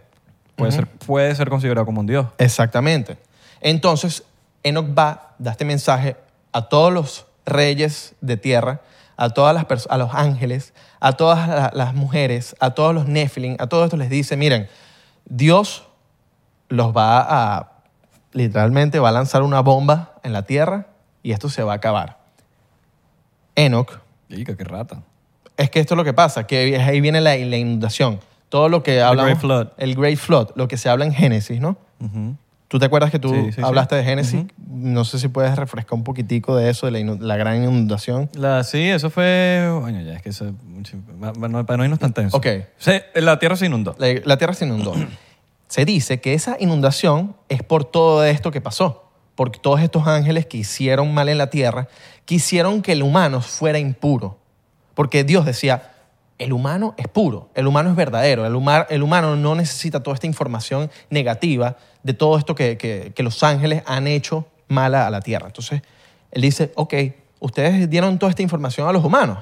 A: puede, ser, puede ser considerado como un dios.
B: Exactamente. Entonces, Enoch va, da este mensaje a todos los reyes de tierra, a todas las pers- a los ángeles, a todas la- las mujeres, a todos los Nephilim, a todos estos les dice, miren, Dios los va a, literalmente va a lanzar una bomba en la tierra y esto se va a acabar. Enoch
A: Y qué rata.
B: es que esto es lo que pasa, que ahí viene la, la inundación. Todo lo que hablamos.
A: Great Flood.
B: El Great Flood, lo que se habla en Génesis, ¿no? ¿Tú te acuerdas que tú
A: Sí, sí,
B: hablaste
A: sí.
B: de Génesis? No sé si puedes refrescar un poquitico de eso, de la, inu- la gran inundación.
A: La, sí, eso fue. Bueno, ya es que eso. mucho- ma- ma- no- Para no irnos tan tenso.
B: Ok.
A: Se- la tierra se inundó.
B: La, la tierra se inundó. (clears throat) se dice que esa inundación es por todo esto que pasó. Porque todos estos ángeles que hicieron mal en la tierra, quisieron que el humano fuera impuro. Porque Dios decía, el humano es puro, el humano es verdadero, el, huma- el humano no necesita toda esta información negativa de todo esto que, que- que los ángeles han hecho mala a la tierra. Entonces, él dice, ok, ustedes dieron toda esta información a los humanos,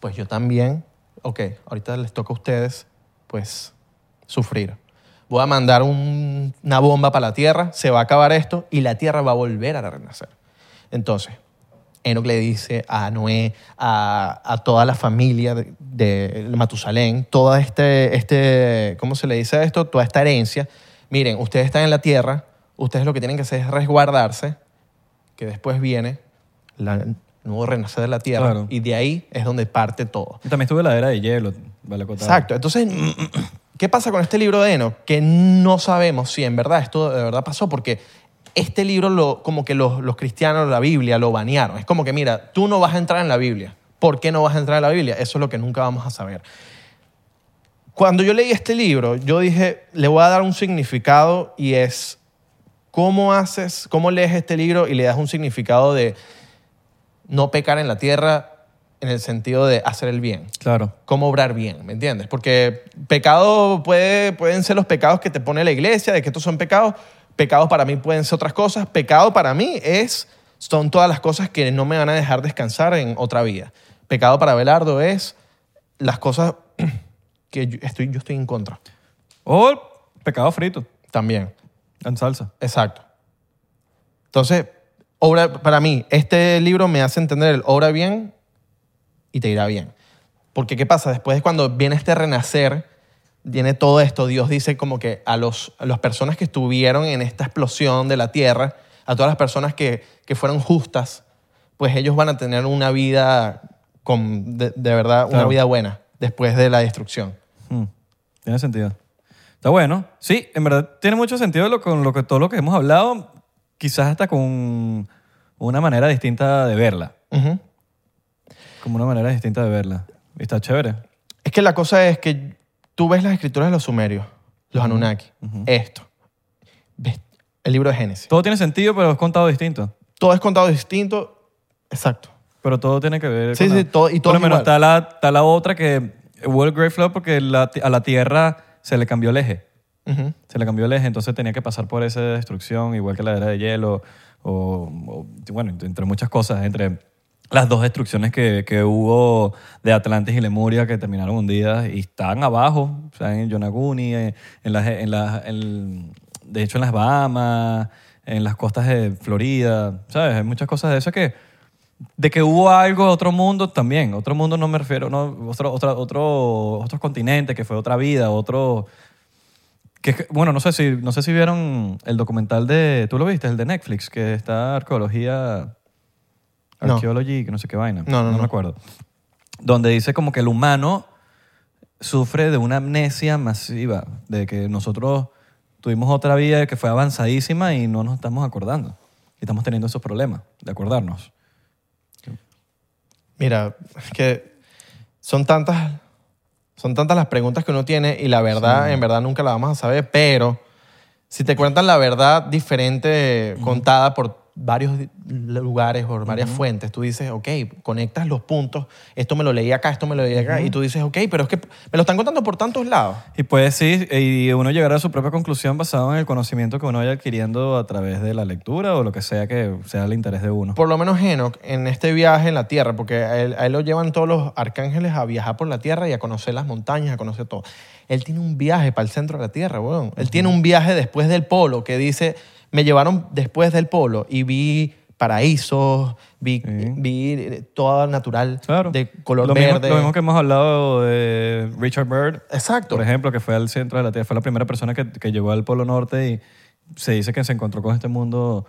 B: pues yo también, ok, ahorita les toca a ustedes, pues, sufrir. Voy a mandar un- una bomba para la Tierra, se va a acabar esto y la Tierra va a volver a renacer. Entonces, Enoch le dice a Noé, a, a toda la familia de, de Matusalén, toda este, este, ¿cómo se le dice a esto? Toda esta herencia. Miren, ustedes están en la Tierra, ustedes lo que tienen que hacer es resguardarse, que después viene la- el nuevo renacer de la Tierra
A: Claro.
B: y de ahí es donde parte todo.
A: Y también estuve en la era de hielo, vale acotar.
B: Exacto. Entonces, (clears throat) ¿qué pasa con este libro de Enoch? Que no sabemos si en verdad esto de verdad pasó, porque este libro, lo, como que los, los cristianos, la Biblia, lo banearon. Es como que, mira, tú no vas a entrar en la Biblia. ¿Por qué no vas a entrar en la Biblia? Eso es lo que nunca vamos a saber. Cuando yo leí este libro, yo dije, le voy a dar un significado y es cómo haces, cómo lees este libro y le das un significado de no pecar en la tierra en el sentido de hacer el bien
A: Claro.
B: cómo obrar bien, ¿me entiendes? Porque pecado puede, pueden ser los pecados que te pone la iglesia, de que estos son pecados. Pecados para mí pueden ser otras cosas. Pecado para mí es, son todas las cosas que no me van a dejar descansar en otra vida. Pecado para Belardo es las cosas (clears throat) que yo estoy, yo estoy en contra
A: O pecado frito
B: también.
A: en salsa.
B: Exacto. Entonces, obra, para mí, este libro me hace entender el obra bien y te irá bien. Porque, ¿qué pasa? Después es cuando viene este renacer, viene todo esto. Dios dice como que a, los, a las personas que estuvieron en esta explosión de la tierra, a todas las personas que, que fueron justas, pues ellos van a tener una vida, con, de, de verdad, una
A: Claro.
B: vida buena después de la destrucción.
A: Hmm, Tiene sentido. Está bueno. Sí, en verdad tiene mucho sentido lo, con lo que, todo lo que hemos hablado, quizás hasta con una manera distinta de verla.
B: Ujú.
A: Como una manera distinta de verla. Y Está chévere.
B: Es que la cosa es que tú ves las escrituras de los sumerios, los Anunnaki, esto. Ves el libro de Génesis.
A: Todo tiene sentido, pero es contado distinto.
B: Todo es contado distinto. Exacto.
A: Pero todo tiene que ver
B: Sí,
A: con
B: sí,
A: la-
B: todo- y todo
A: Por lo
B: es
A: menos
B: igual.
A: está la, está la otra que... World Great Flood porque la ti- a la Tierra se le cambió el eje.
B: Ujú.
A: Se le cambió el eje, entonces tenía que pasar por esa destrucción, igual que la era de hielo, o, o, bueno, ent- entre muchas cosas, entre las dos destrucciones que, que hubo de Atlantis y Lemuria que terminaron hundidas y están abajo, o sea, en Yonaguni, eh, en las, en las- en- de hecho en las Bahamas, en las costas de Florida, ¿sabes? Hay muchas cosas de eso que... De que hubo algo, otro mundo también. Otro mundo no me refiero, no, otro, otro, otro, otros continentes, que fue otra vida, otro, que es que- bueno, no sé si no sé si vieron el documental de tú lo viste, el de Netflix que está arqueología
B: No.
A: arqueology, que no sé qué vaina.
B: No, no, no.
A: me acuerdo. Donde dice como que el humano sufre de una amnesia masiva de que nosotros tuvimos otra vida que fue avanzadísima y no nos estamos acordando. Y estamos teniendo esos problemas de acordarnos.
B: Mira, es que son tantas, son tantas las preguntas que uno tiene y la verdad, en verdad nunca la vamos a saber, pero si te cuentan la verdad diferente, contada por varios di- lugares o varias fuentes, tú dices, ok, conectas los puntos, esto me lo leí acá, esto me lo leí acá, y tú dices, ok, pero es que me lo están contando por tantos lados.
A: Y puede sí, y uno llegar a su propia conclusión basado en el conocimiento que uno vaya adquiriendo a través de la lectura o lo que sea que sea el interés de uno.
B: Por lo menos Enoch, en este viaje en la Tierra, porque a él, a él lo llevan todos los arcángeles a viajar por la Tierra y a conocer las montañas, a conocer todo. Él tiene un viaje para el centro de la Tierra, weón. Él tiene un viaje después del polo que dice, me llevaron después del polo y vi paraísos, vi,
A: Sí.
B: vi todo natural,
A: Claro.
B: de color
A: lo
B: verde.
A: Mismo, lo mismo que hemos hablado de Richard Byrd,
B: Exacto.
A: por ejemplo, que fue al centro de la Tierra, fue la primera persona que, que llegó al Polo Norte y se dice que se encontró con este mundo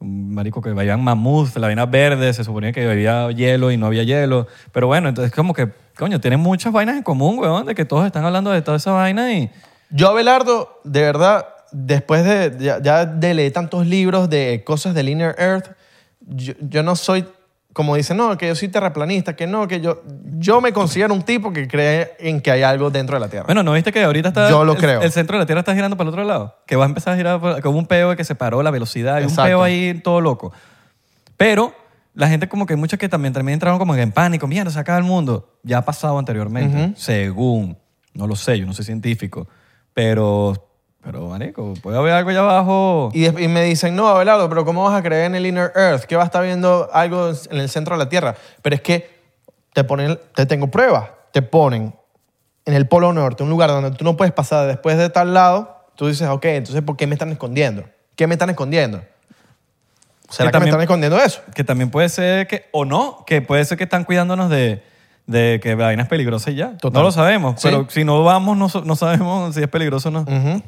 A: un marico que vivían mamuts, la vaina verde, se suponía que había hielo y no había hielo, pero bueno, entonces como que, coño, tienen muchas vainas en común, weón, de que todos están hablando de toda esa vaina y...
B: Yo, Abelardo, de verdad, después de ya, ya de leer tantos libros de cosas del Inner Earth, yo, yo no soy, como dicen, no, que yo soy terraplanista, que no, que yo, yo me considero un tipo que cree en que hay algo dentro de la Tierra.
A: Bueno, ¿no viste que ahorita está...
B: Yo lo
A: el-
B: creo.
A: El, centro de la Tierra está girando para el otro lado? Que va a empezar a girar, por- como un peo que se paró la velocidad, hay
B: Exacto.
A: un peo ahí todo loco. Pero la gente como que muchas que también, también entraron como en pánico, mierda, se acaba el mundo. Ya ha pasado anteriormente, según, no lo sé, yo no soy científico, pero, pero, marico, puede haber algo allá abajo.
B: y, des- y me dicen, no, Abelardo, pero ¿cómo vas a creer en el Inner Earth? ¿Qué va a estar viendo algo en el centro de la Tierra? Pero es que te ponen, te tengo pruebas, te ponen en el Polo Norte, un lugar donde tú no puedes pasar después de tal lado, tú dices, ok, entonces ¿por qué me están escondiendo? ¿Qué me están escondiendo? ¿Será que,
A: también-
B: me están escondiendo eso?
A: que también puede ser que, o no, que puede ser que están cuidándonos de, de que vainas peligrosas y ya.
B: Total.
A: No lo sabemos,
B: Sí.
A: pero si no vamos, no, so- no sabemos si es peligroso o no.
B: Ujú.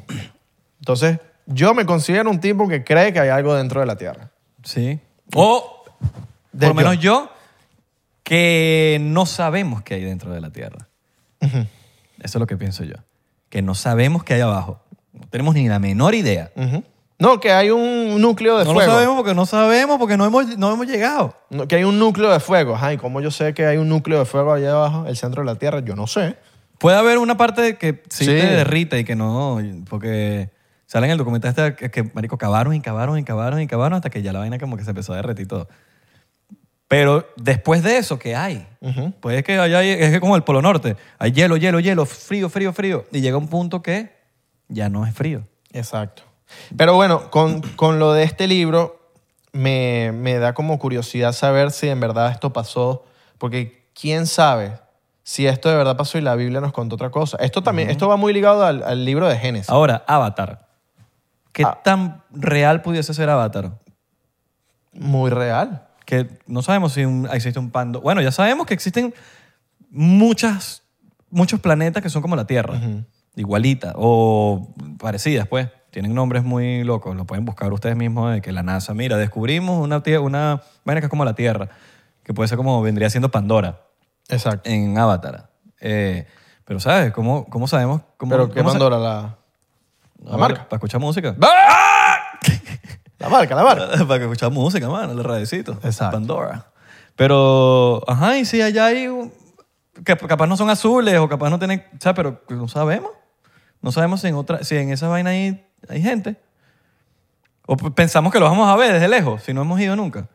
B: Entonces, yo me considero un tipo que cree que hay algo dentro de la Tierra.
A: Sí. O,
B: De
A: por lo
B: yo.
A: menos yo, que no sabemos qué hay dentro de la Tierra. Eso es lo que pienso yo. Que no sabemos qué hay abajo. No tenemos ni la menor idea.
B: Ujú. No, que hay un núcleo de
A: No lo
B: fuego.
A: sabemos porque no sabemos, porque no hemos, no hemos llegado.
B: No, que hay un núcleo de fuego. Ay, ¿cómo yo sé que hay un núcleo de fuego allá abajo, el centro de la Tierra? Yo no sé.
A: Puede haber una parte que sí,
B: Sí.
A: te derrita y que no, porque sale en el documental este que, que, marico, cavaron y cavaron y cavaron y cavaron hasta que ya la vaina como que se empezó a derretir todo. Pero después de eso, ¿qué hay? Pues es que allá hay- es que como el Polo Norte, hay hielo, hielo, hielo, frío, frío, frío, y llega un punto que ya no es frío.
B: Exacto. Pero bueno, con, con lo de este libro, me, me da como curiosidad saber si en verdad esto pasó, porque quién sabe si esto de verdad pasó y la Biblia nos contó otra cosa. Esto también, esto va muy ligado al, al libro de Génesis.
A: Ahora, Avatar. ¿Qué
B: Ah.
A: tan real pudiese ser Avatar?
B: Muy real.
A: que no sabemos si un- existe un pando. Bueno, ya sabemos que existen muchas, muchos planetas que son como la Tierra, igualitas o parecidas, pues. Tienen nombres muy locos, lo pueden buscar ustedes mismos de que la NASA, mira, descubrimos una, tie- una vaina que es como la Tierra, que puede ser como vendría siendo Pandora
B: Exacto.
A: en Avatar. Eh, pero, ¿sabes? ¿Cómo, cómo sabemos? Cómo,
B: Pero ¿qué
A: cómo sa-
B: Pandora? La,
A: No,
B: la marca.
A: ¿Para escuchar música?
B: La marca, la marca.
A: (laughs) para que escuchar música, mano, el radiocito.
B: Exacto.
A: Pandora. Pero, ajá, y si allá hay. un- que capaz no son azules o capaz no tienen. O sea, pero no sabemos. No sabemos si en, otra, si en esa vaina hay, hay gente. O p- pensamos que lo vamos a ver desde lejos, si no hemos ido nunca.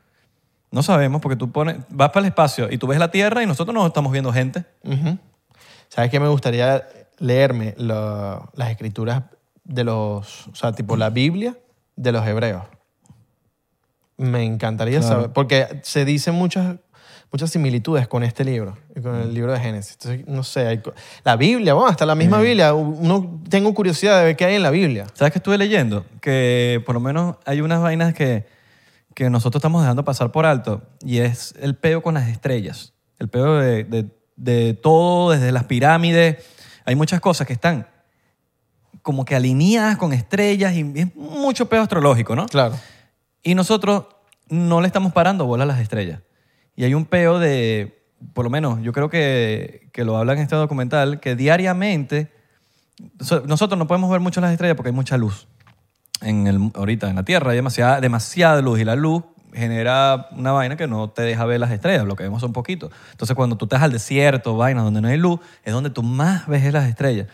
A: No sabemos, porque tú pones, vas para el espacio y tú ves la Tierra y nosotros no estamos viendo gente.
B: Ujú. ¿Sabes qué? Me gustaría leerme la- las escrituras de los, o sea, tipo la Biblia de los hebreos. Me encantaría saber, porque se dicen muchas, muchas similitudes con este libro, y con el libro de Génesis. Entonces, no sé, hay co- la Biblia, bueno, hasta la misma Biblia, uno, tengo curiosidad de ver qué hay en la Biblia.
A: ¿Sabes qué estuve leyendo? Que por lo menos hay unas vainas que, que nosotros estamos dejando pasar por alto y es el peo con las estrellas. El peo de, de- de todo, desde las pirámides. Hay muchas cosas que están como que alineadas con estrellas y es mucho peo astrológico, ¿no?
B: Claro.
A: Y nosotros no le estamos parando bola a las estrellas. Y hay un peo de, por lo menos, yo creo que, que lo habla en este documental, que diariamente so- nosotros no podemos ver mucho las estrellas porque hay mucha luz. En el, ahorita en la Tierra hay demasiada, demasiada luz y la luz genera una vaina que no te deja ver las estrellas, lo que vemos son poquito. Entonces cuando tú estás al desierto, vainas donde no hay luz, es donde tú más ves las estrellas.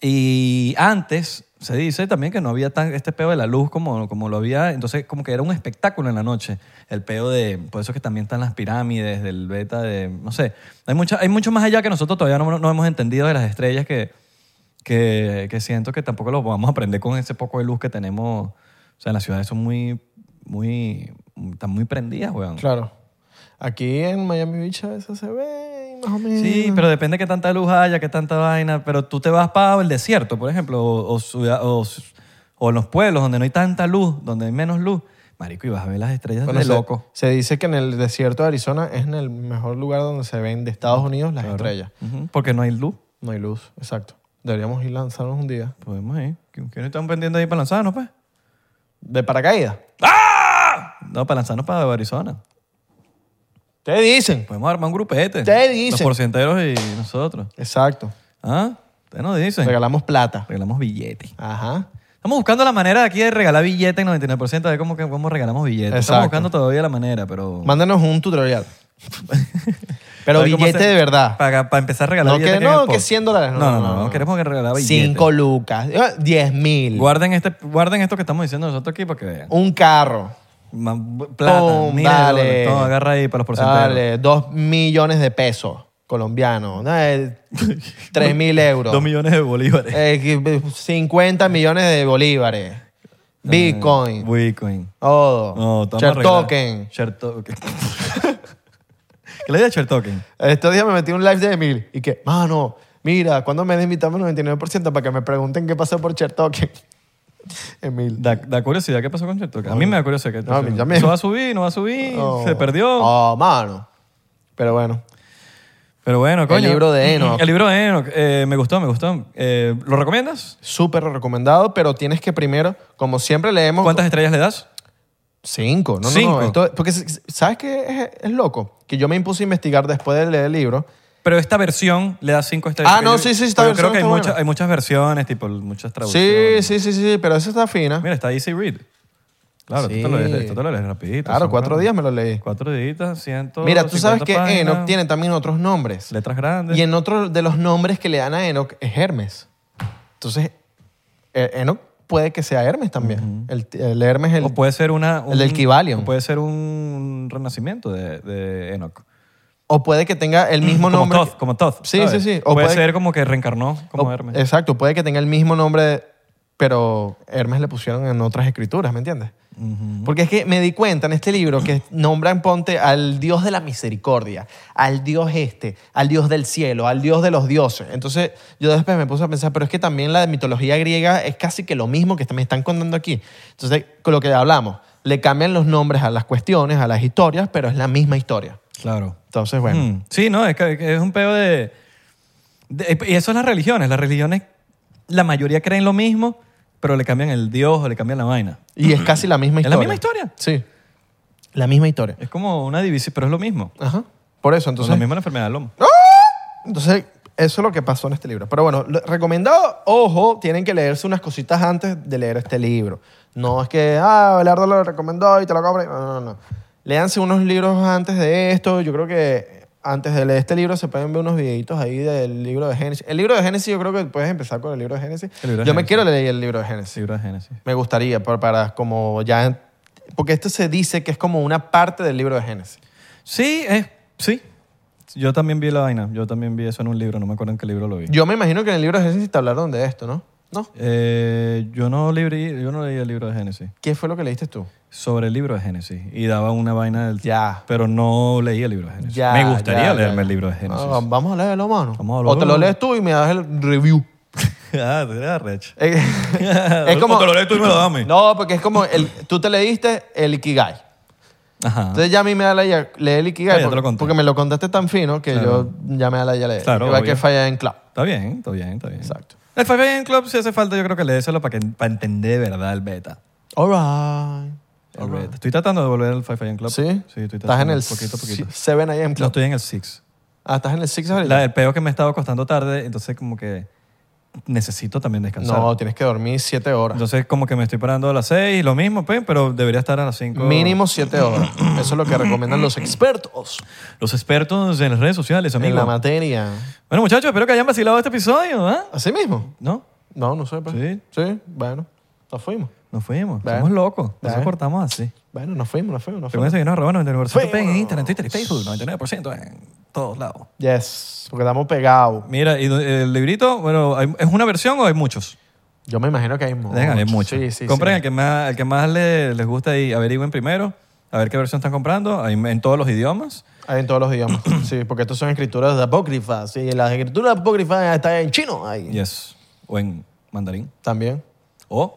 A: Y antes se dice también que no había tan, este peo de la luz como, como lo había. Entonces, como que era un espectáculo en la noche. El peo de. Por eso que también están las pirámides, del beta, de. No sé. Hay, mucha, hay mucho más allá que nosotros todavía no, no hemos entendido de las estrellas que, que, que siento que tampoco lo vamos a aprender con ese poco de luz que tenemos. O sea, las ciudades son muy. muy están muy prendidas, weón.
B: Claro. Aquí en Miami Beach a veces se ve, más o menos.
A: Sí, pero depende qué tanta luz haya, qué tanta vaina. Pero tú te vas para el desierto, por ejemplo, o, o ciudad- o s- o los pueblos donde no hay tanta luz, donde hay menos luz. Marico, y vas a ver las estrellas
B: Bueno,
A: de
B: se-
A: loco.
B: Se, dice que en el desierto de Arizona es en el mejor lugar donde se ven de Estados Unidos las estrellas.
A: Ujú, porque no hay luz.
B: No hay luz, exacto. Deberíamos ir lanzarnos un día.
A: Podemos ir. ¿Qui- ¿Quiénes están pendientes ahí para lanzarnos, pues?
B: ¿De paracaídas?
A: No, para lanzarnos para Arizona.
B: Te dicen.
A: Podemos armar un grupete.
B: Ustedes dicen.
A: Los porcenteros y nosotros.
B: Exacto.
A: ¿Ah? Ustedes nos dicen.
B: Regalamos plata.
A: Regalamos billetes.
B: Ajá.
A: Estamos buscando la manera de aquí de regalar billetes en 99%, de cómo, que- cómo regalamos billetes. Estamos
B: Exacto.
A: buscando todavía la manera, pero...
B: Mándanos
A: (laughs)
B: un tutorial. Pero
A: ¿Sabes cómo
B: billete
A: hacer?
B: de verdad.
A: Para, para empezar a regalar
B: No
A: billetes.
B: que,
A: aquí en el
B: no, que
A: podcast.
B: 100 dólares.
A: No, no, no, no, queremos que regalar billetes.
B: 5 lucas. 10 mil.
A: Guarden, este, guarden esto que estamos diciendo nosotros aquí para que vean.
B: Un carro.
A: Ma- Plata,
B: Pum,
A: miles de
B: dale.
A: dólares. Todo, agarra ahí para los porcentajes.
B: Dale, 2 millones de pesos colombianos.
A: (laughs)
B: 3 mil euros.
A: Dos millones de bolívares.
B: Eh, que- 50 millones de bolívares. Bitcoin.
A: Bitcoin.
B: Odo.
A: No, estamos
B: Share
A: arreglados.
B: token.
A: Share token. (laughs) ¿Qué le dice share token?
B: Estos días me metí en un live de Emil y que, mano, mira, ¿cuándo me invitamos 99% para que me pregunten qué pasó por share token? (laughs) Emil.
A: Da, da curiosidad qué pasó con share token. A mí me da curiosidad qué
B: No, a mí también.
A: Eso va a subir, no va a subir,
B: Oh.
A: se perdió.
B: Oh, mano. Pero bueno.
A: Pero bueno, coño.
B: libro de Enoch.
A: El libro de Enoch. Eh, me gustó, me gustó. Eh, ¿Lo recomiendas?
B: Súper recomendado, pero tienes que primero, como siempre leemos...
A: ¿Cuántas estrellas le das?
B: Cinco, no, no,
A: Cinco.
B: no. Esto- porque ¿sabes qué es, es loco? Que yo me impuse a investigar después de leer el libro.
A: Pero esta versión le da 5 estrellas.
B: Ah,
A: Porque
B: no,
A: yo-
B: sí, sí, esta
A: porque Creo
B: versión
A: que hay,
B: está
A: mucha-
B: buena.
A: hay muchas versiones, tipo muchas
B: Sí,
A: traducciones.
B: sí, sí, sí, pero esa está fina.
A: Mira, está Easy Read. Claro, tú te lo lees,
B: Sí.
A: esto te lo lees rapidito.
B: Claro,
A: son
B: cuatro
A: como
B: días me lo leí.
A: Cuatro días, ciento.
B: Mira, tú sabes
A: 50
B: que
A: páginas,
B: Enoch tiene también otros nombres.
A: Letras grandes.
B: Y en otro de los nombres que le dan a Enoch es Hermes. Entonces, eh, Enoch puede que sea Hermes también. el, el Hermes el,
A: o puede ser una.
B: el del Kybalion.
A: o Puede ser un renacimiento de, de Enoch.
B: o puede que tenga el mismo
A: Como
B: nombre.
A: Thoth, como Thoth.
B: Sí,
A: ¿sabes?
B: sí, sí. O
A: puede,
B: puede-
A: ser como que reencarnó como
B: o-
A: Hermes.
B: Exacto, puede que tenga el mismo nombre, pero Hermes le pusieron en otras escrituras, ¿me entiendes?
A: Ujú.
B: Porque es que me di cuenta en este libro que nombran, ponte, al Dios de la misericordia, al Dios este, al Dios del cielo, al Dios de los dioses. Entonces yo después me puse a pensar, pero es que también la mitología griega es casi que lo mismo que me están contando aquí. Entonces, con lo que hablamos, le cambian los nombres a las cuestiones, a las historias, pero es la misma historia.
A: Claro.
B: Entonces, bueno.
A: Mm. Sí, no, es que que es un pedo de, de- Y eso es las religiones. Las religiones, la mayoría creen lo mismo, pero le cambian el dios o le cambian la vaina.
B: Y es casi la misma
A: ¿Es
B: historia.
A: la misma historia?
B: Sí. La misma historia.
A: Es como una división, pero es lo mismo.
B: Ajá. Por eso,
A: Es
B: entonces.
A: lo mismo en la enfermedad del lomo.
B: Entonces, eso es lo que pasó en este libro. Pero bueno, lo- recomendado, ojo, tienen que leerse unas cositas antes de leer este libro. No es que, ah, Belardo lo recomendó y te lo compras. No, no, no. Léanse unos libros antes de esto. Yo creo que antes de leer este libro se pueden ver unos videitos ahí del libro de Génesis. El libro de Génesis, yo creo que puedes empezar con el libro de Génesis.
A: El libro de
B: yo me
A: Génesis.
B: quiero leer el libro de Génesis.
A: Libro de Génesis.
B: Me gustaría, para, para como ya. Porque esto se dice que es como una parte del libro de Génesis.
A: Sí, es, sí. Yo también vi la vaina. Yo también vi eso en un libro. No me acuerdo en qué libro lo vi.
B: Yo me imagino que en el libro de Génesis te hablaron de esto, ¿no? ¿No?
A: Eh, yo, no librí- yo no leí el libro de Génesis.
B: ¿Qué fue lo que leíste tú?
A: Sobre el libro de Génesis. Y daba una vaina del...
B: Ya.
A: Pero no leí el libro de Génesis.
B: ya
A: me gustaría
B: ya,
A: leerme
B: ya.
A: el libro de Génesis.
B: No, Ah, vamos a leerlo, mano.
A: Vamos a leerlo.
B: O te lo lees tú y me das el review.
A: (laughs) ah, te da recho.
B: Eh, (laughs) es
A: O
B: como.
A: te lo lees tú y me lo das a mí.
B: No, porque es como. El, tú te leíste el Ikigai.
A: Ajá.
B: Entonces ya a mí me da la idea leer el Ikigai.
A: Ah, ya te
B: porque,
A: lo conté.
B: porque me lo contaste tan fino que
A: Claro.
B: yo ya me da la idea leer.
A: Claro,
B: Igual
A: obvio.
B: que falla en club.
A: Está bien, está bien, está bien.
B: Exacto.
A: El Five AM Club, si hace falta, yo creo que leéselo para, que, para entender de verdad el beta.
B: All right.
A: El beta. Estoy tratando de volver al Five AM Club.
B: ¿Sí?
A: Sí, estoy
B: Estás en
A: tratando.
B: el
A: Poquito a poquito.
B: 7 AM
A: No,
B: Club.
A: estoy en el Six.
B: Ah, estás en el 6 ahorita.
A: La, el peo que me estaba costando tarde, entonces como que necesito también descansar.
B: No, tienes que dormir 7 horas.
A: Entonces como que me estoy parando a las 6, lo mismo, pe, pero debería estar a las 5.
B: Mínimo
A: (clears throat)
B: 7 horas. Eso es lo que recomiendan los expertos
A: Los expertos en las redes sociales,
B: en la
A: amigos.
B: materia.
A: Bueno, muchachos, espero que hayan vacilado este episodio, ¿ah?
B: ¿Así mismo?
A: ¿No?
B: No, no sé. pues.
A: Sí.
B: Sí, bueno. Nos fuimos.
A: Nos fuimos.
B: Bueno.
A: Somos locos. Nos
B: Bueno.
A: soportamos así.
B: Bueno, nos fuimos, nos fuimos, nos
A: Recuerden
B: fuimos.
A: seguirnos arroba 99% en
B: Fuimos.
A: Instagram, Twitter y Facebook, 99% en todos lados.
B: Yes, porque estamos pegados.
A: Mira, y eh, el librito, bueno, hay- ¿es una versión o hay muchos?
B: Yo me imagino que hay muchos.
A: Dejan, hay muchos.
B: Sí, sí,
A: Compren el
B: sí.
A: que más, el que más le- les gusta y averigüen primero, a ver qué versión están comprando, hay en todos los idiomas.
B: Hay en todos los
A: (clears throat)
B: idiomas. sí, porque estos son escrituras apócrifas. Sí, las escrituras apócrifas están en chino ahí.
A: Yes. O en mandarín.
B: También.
A: O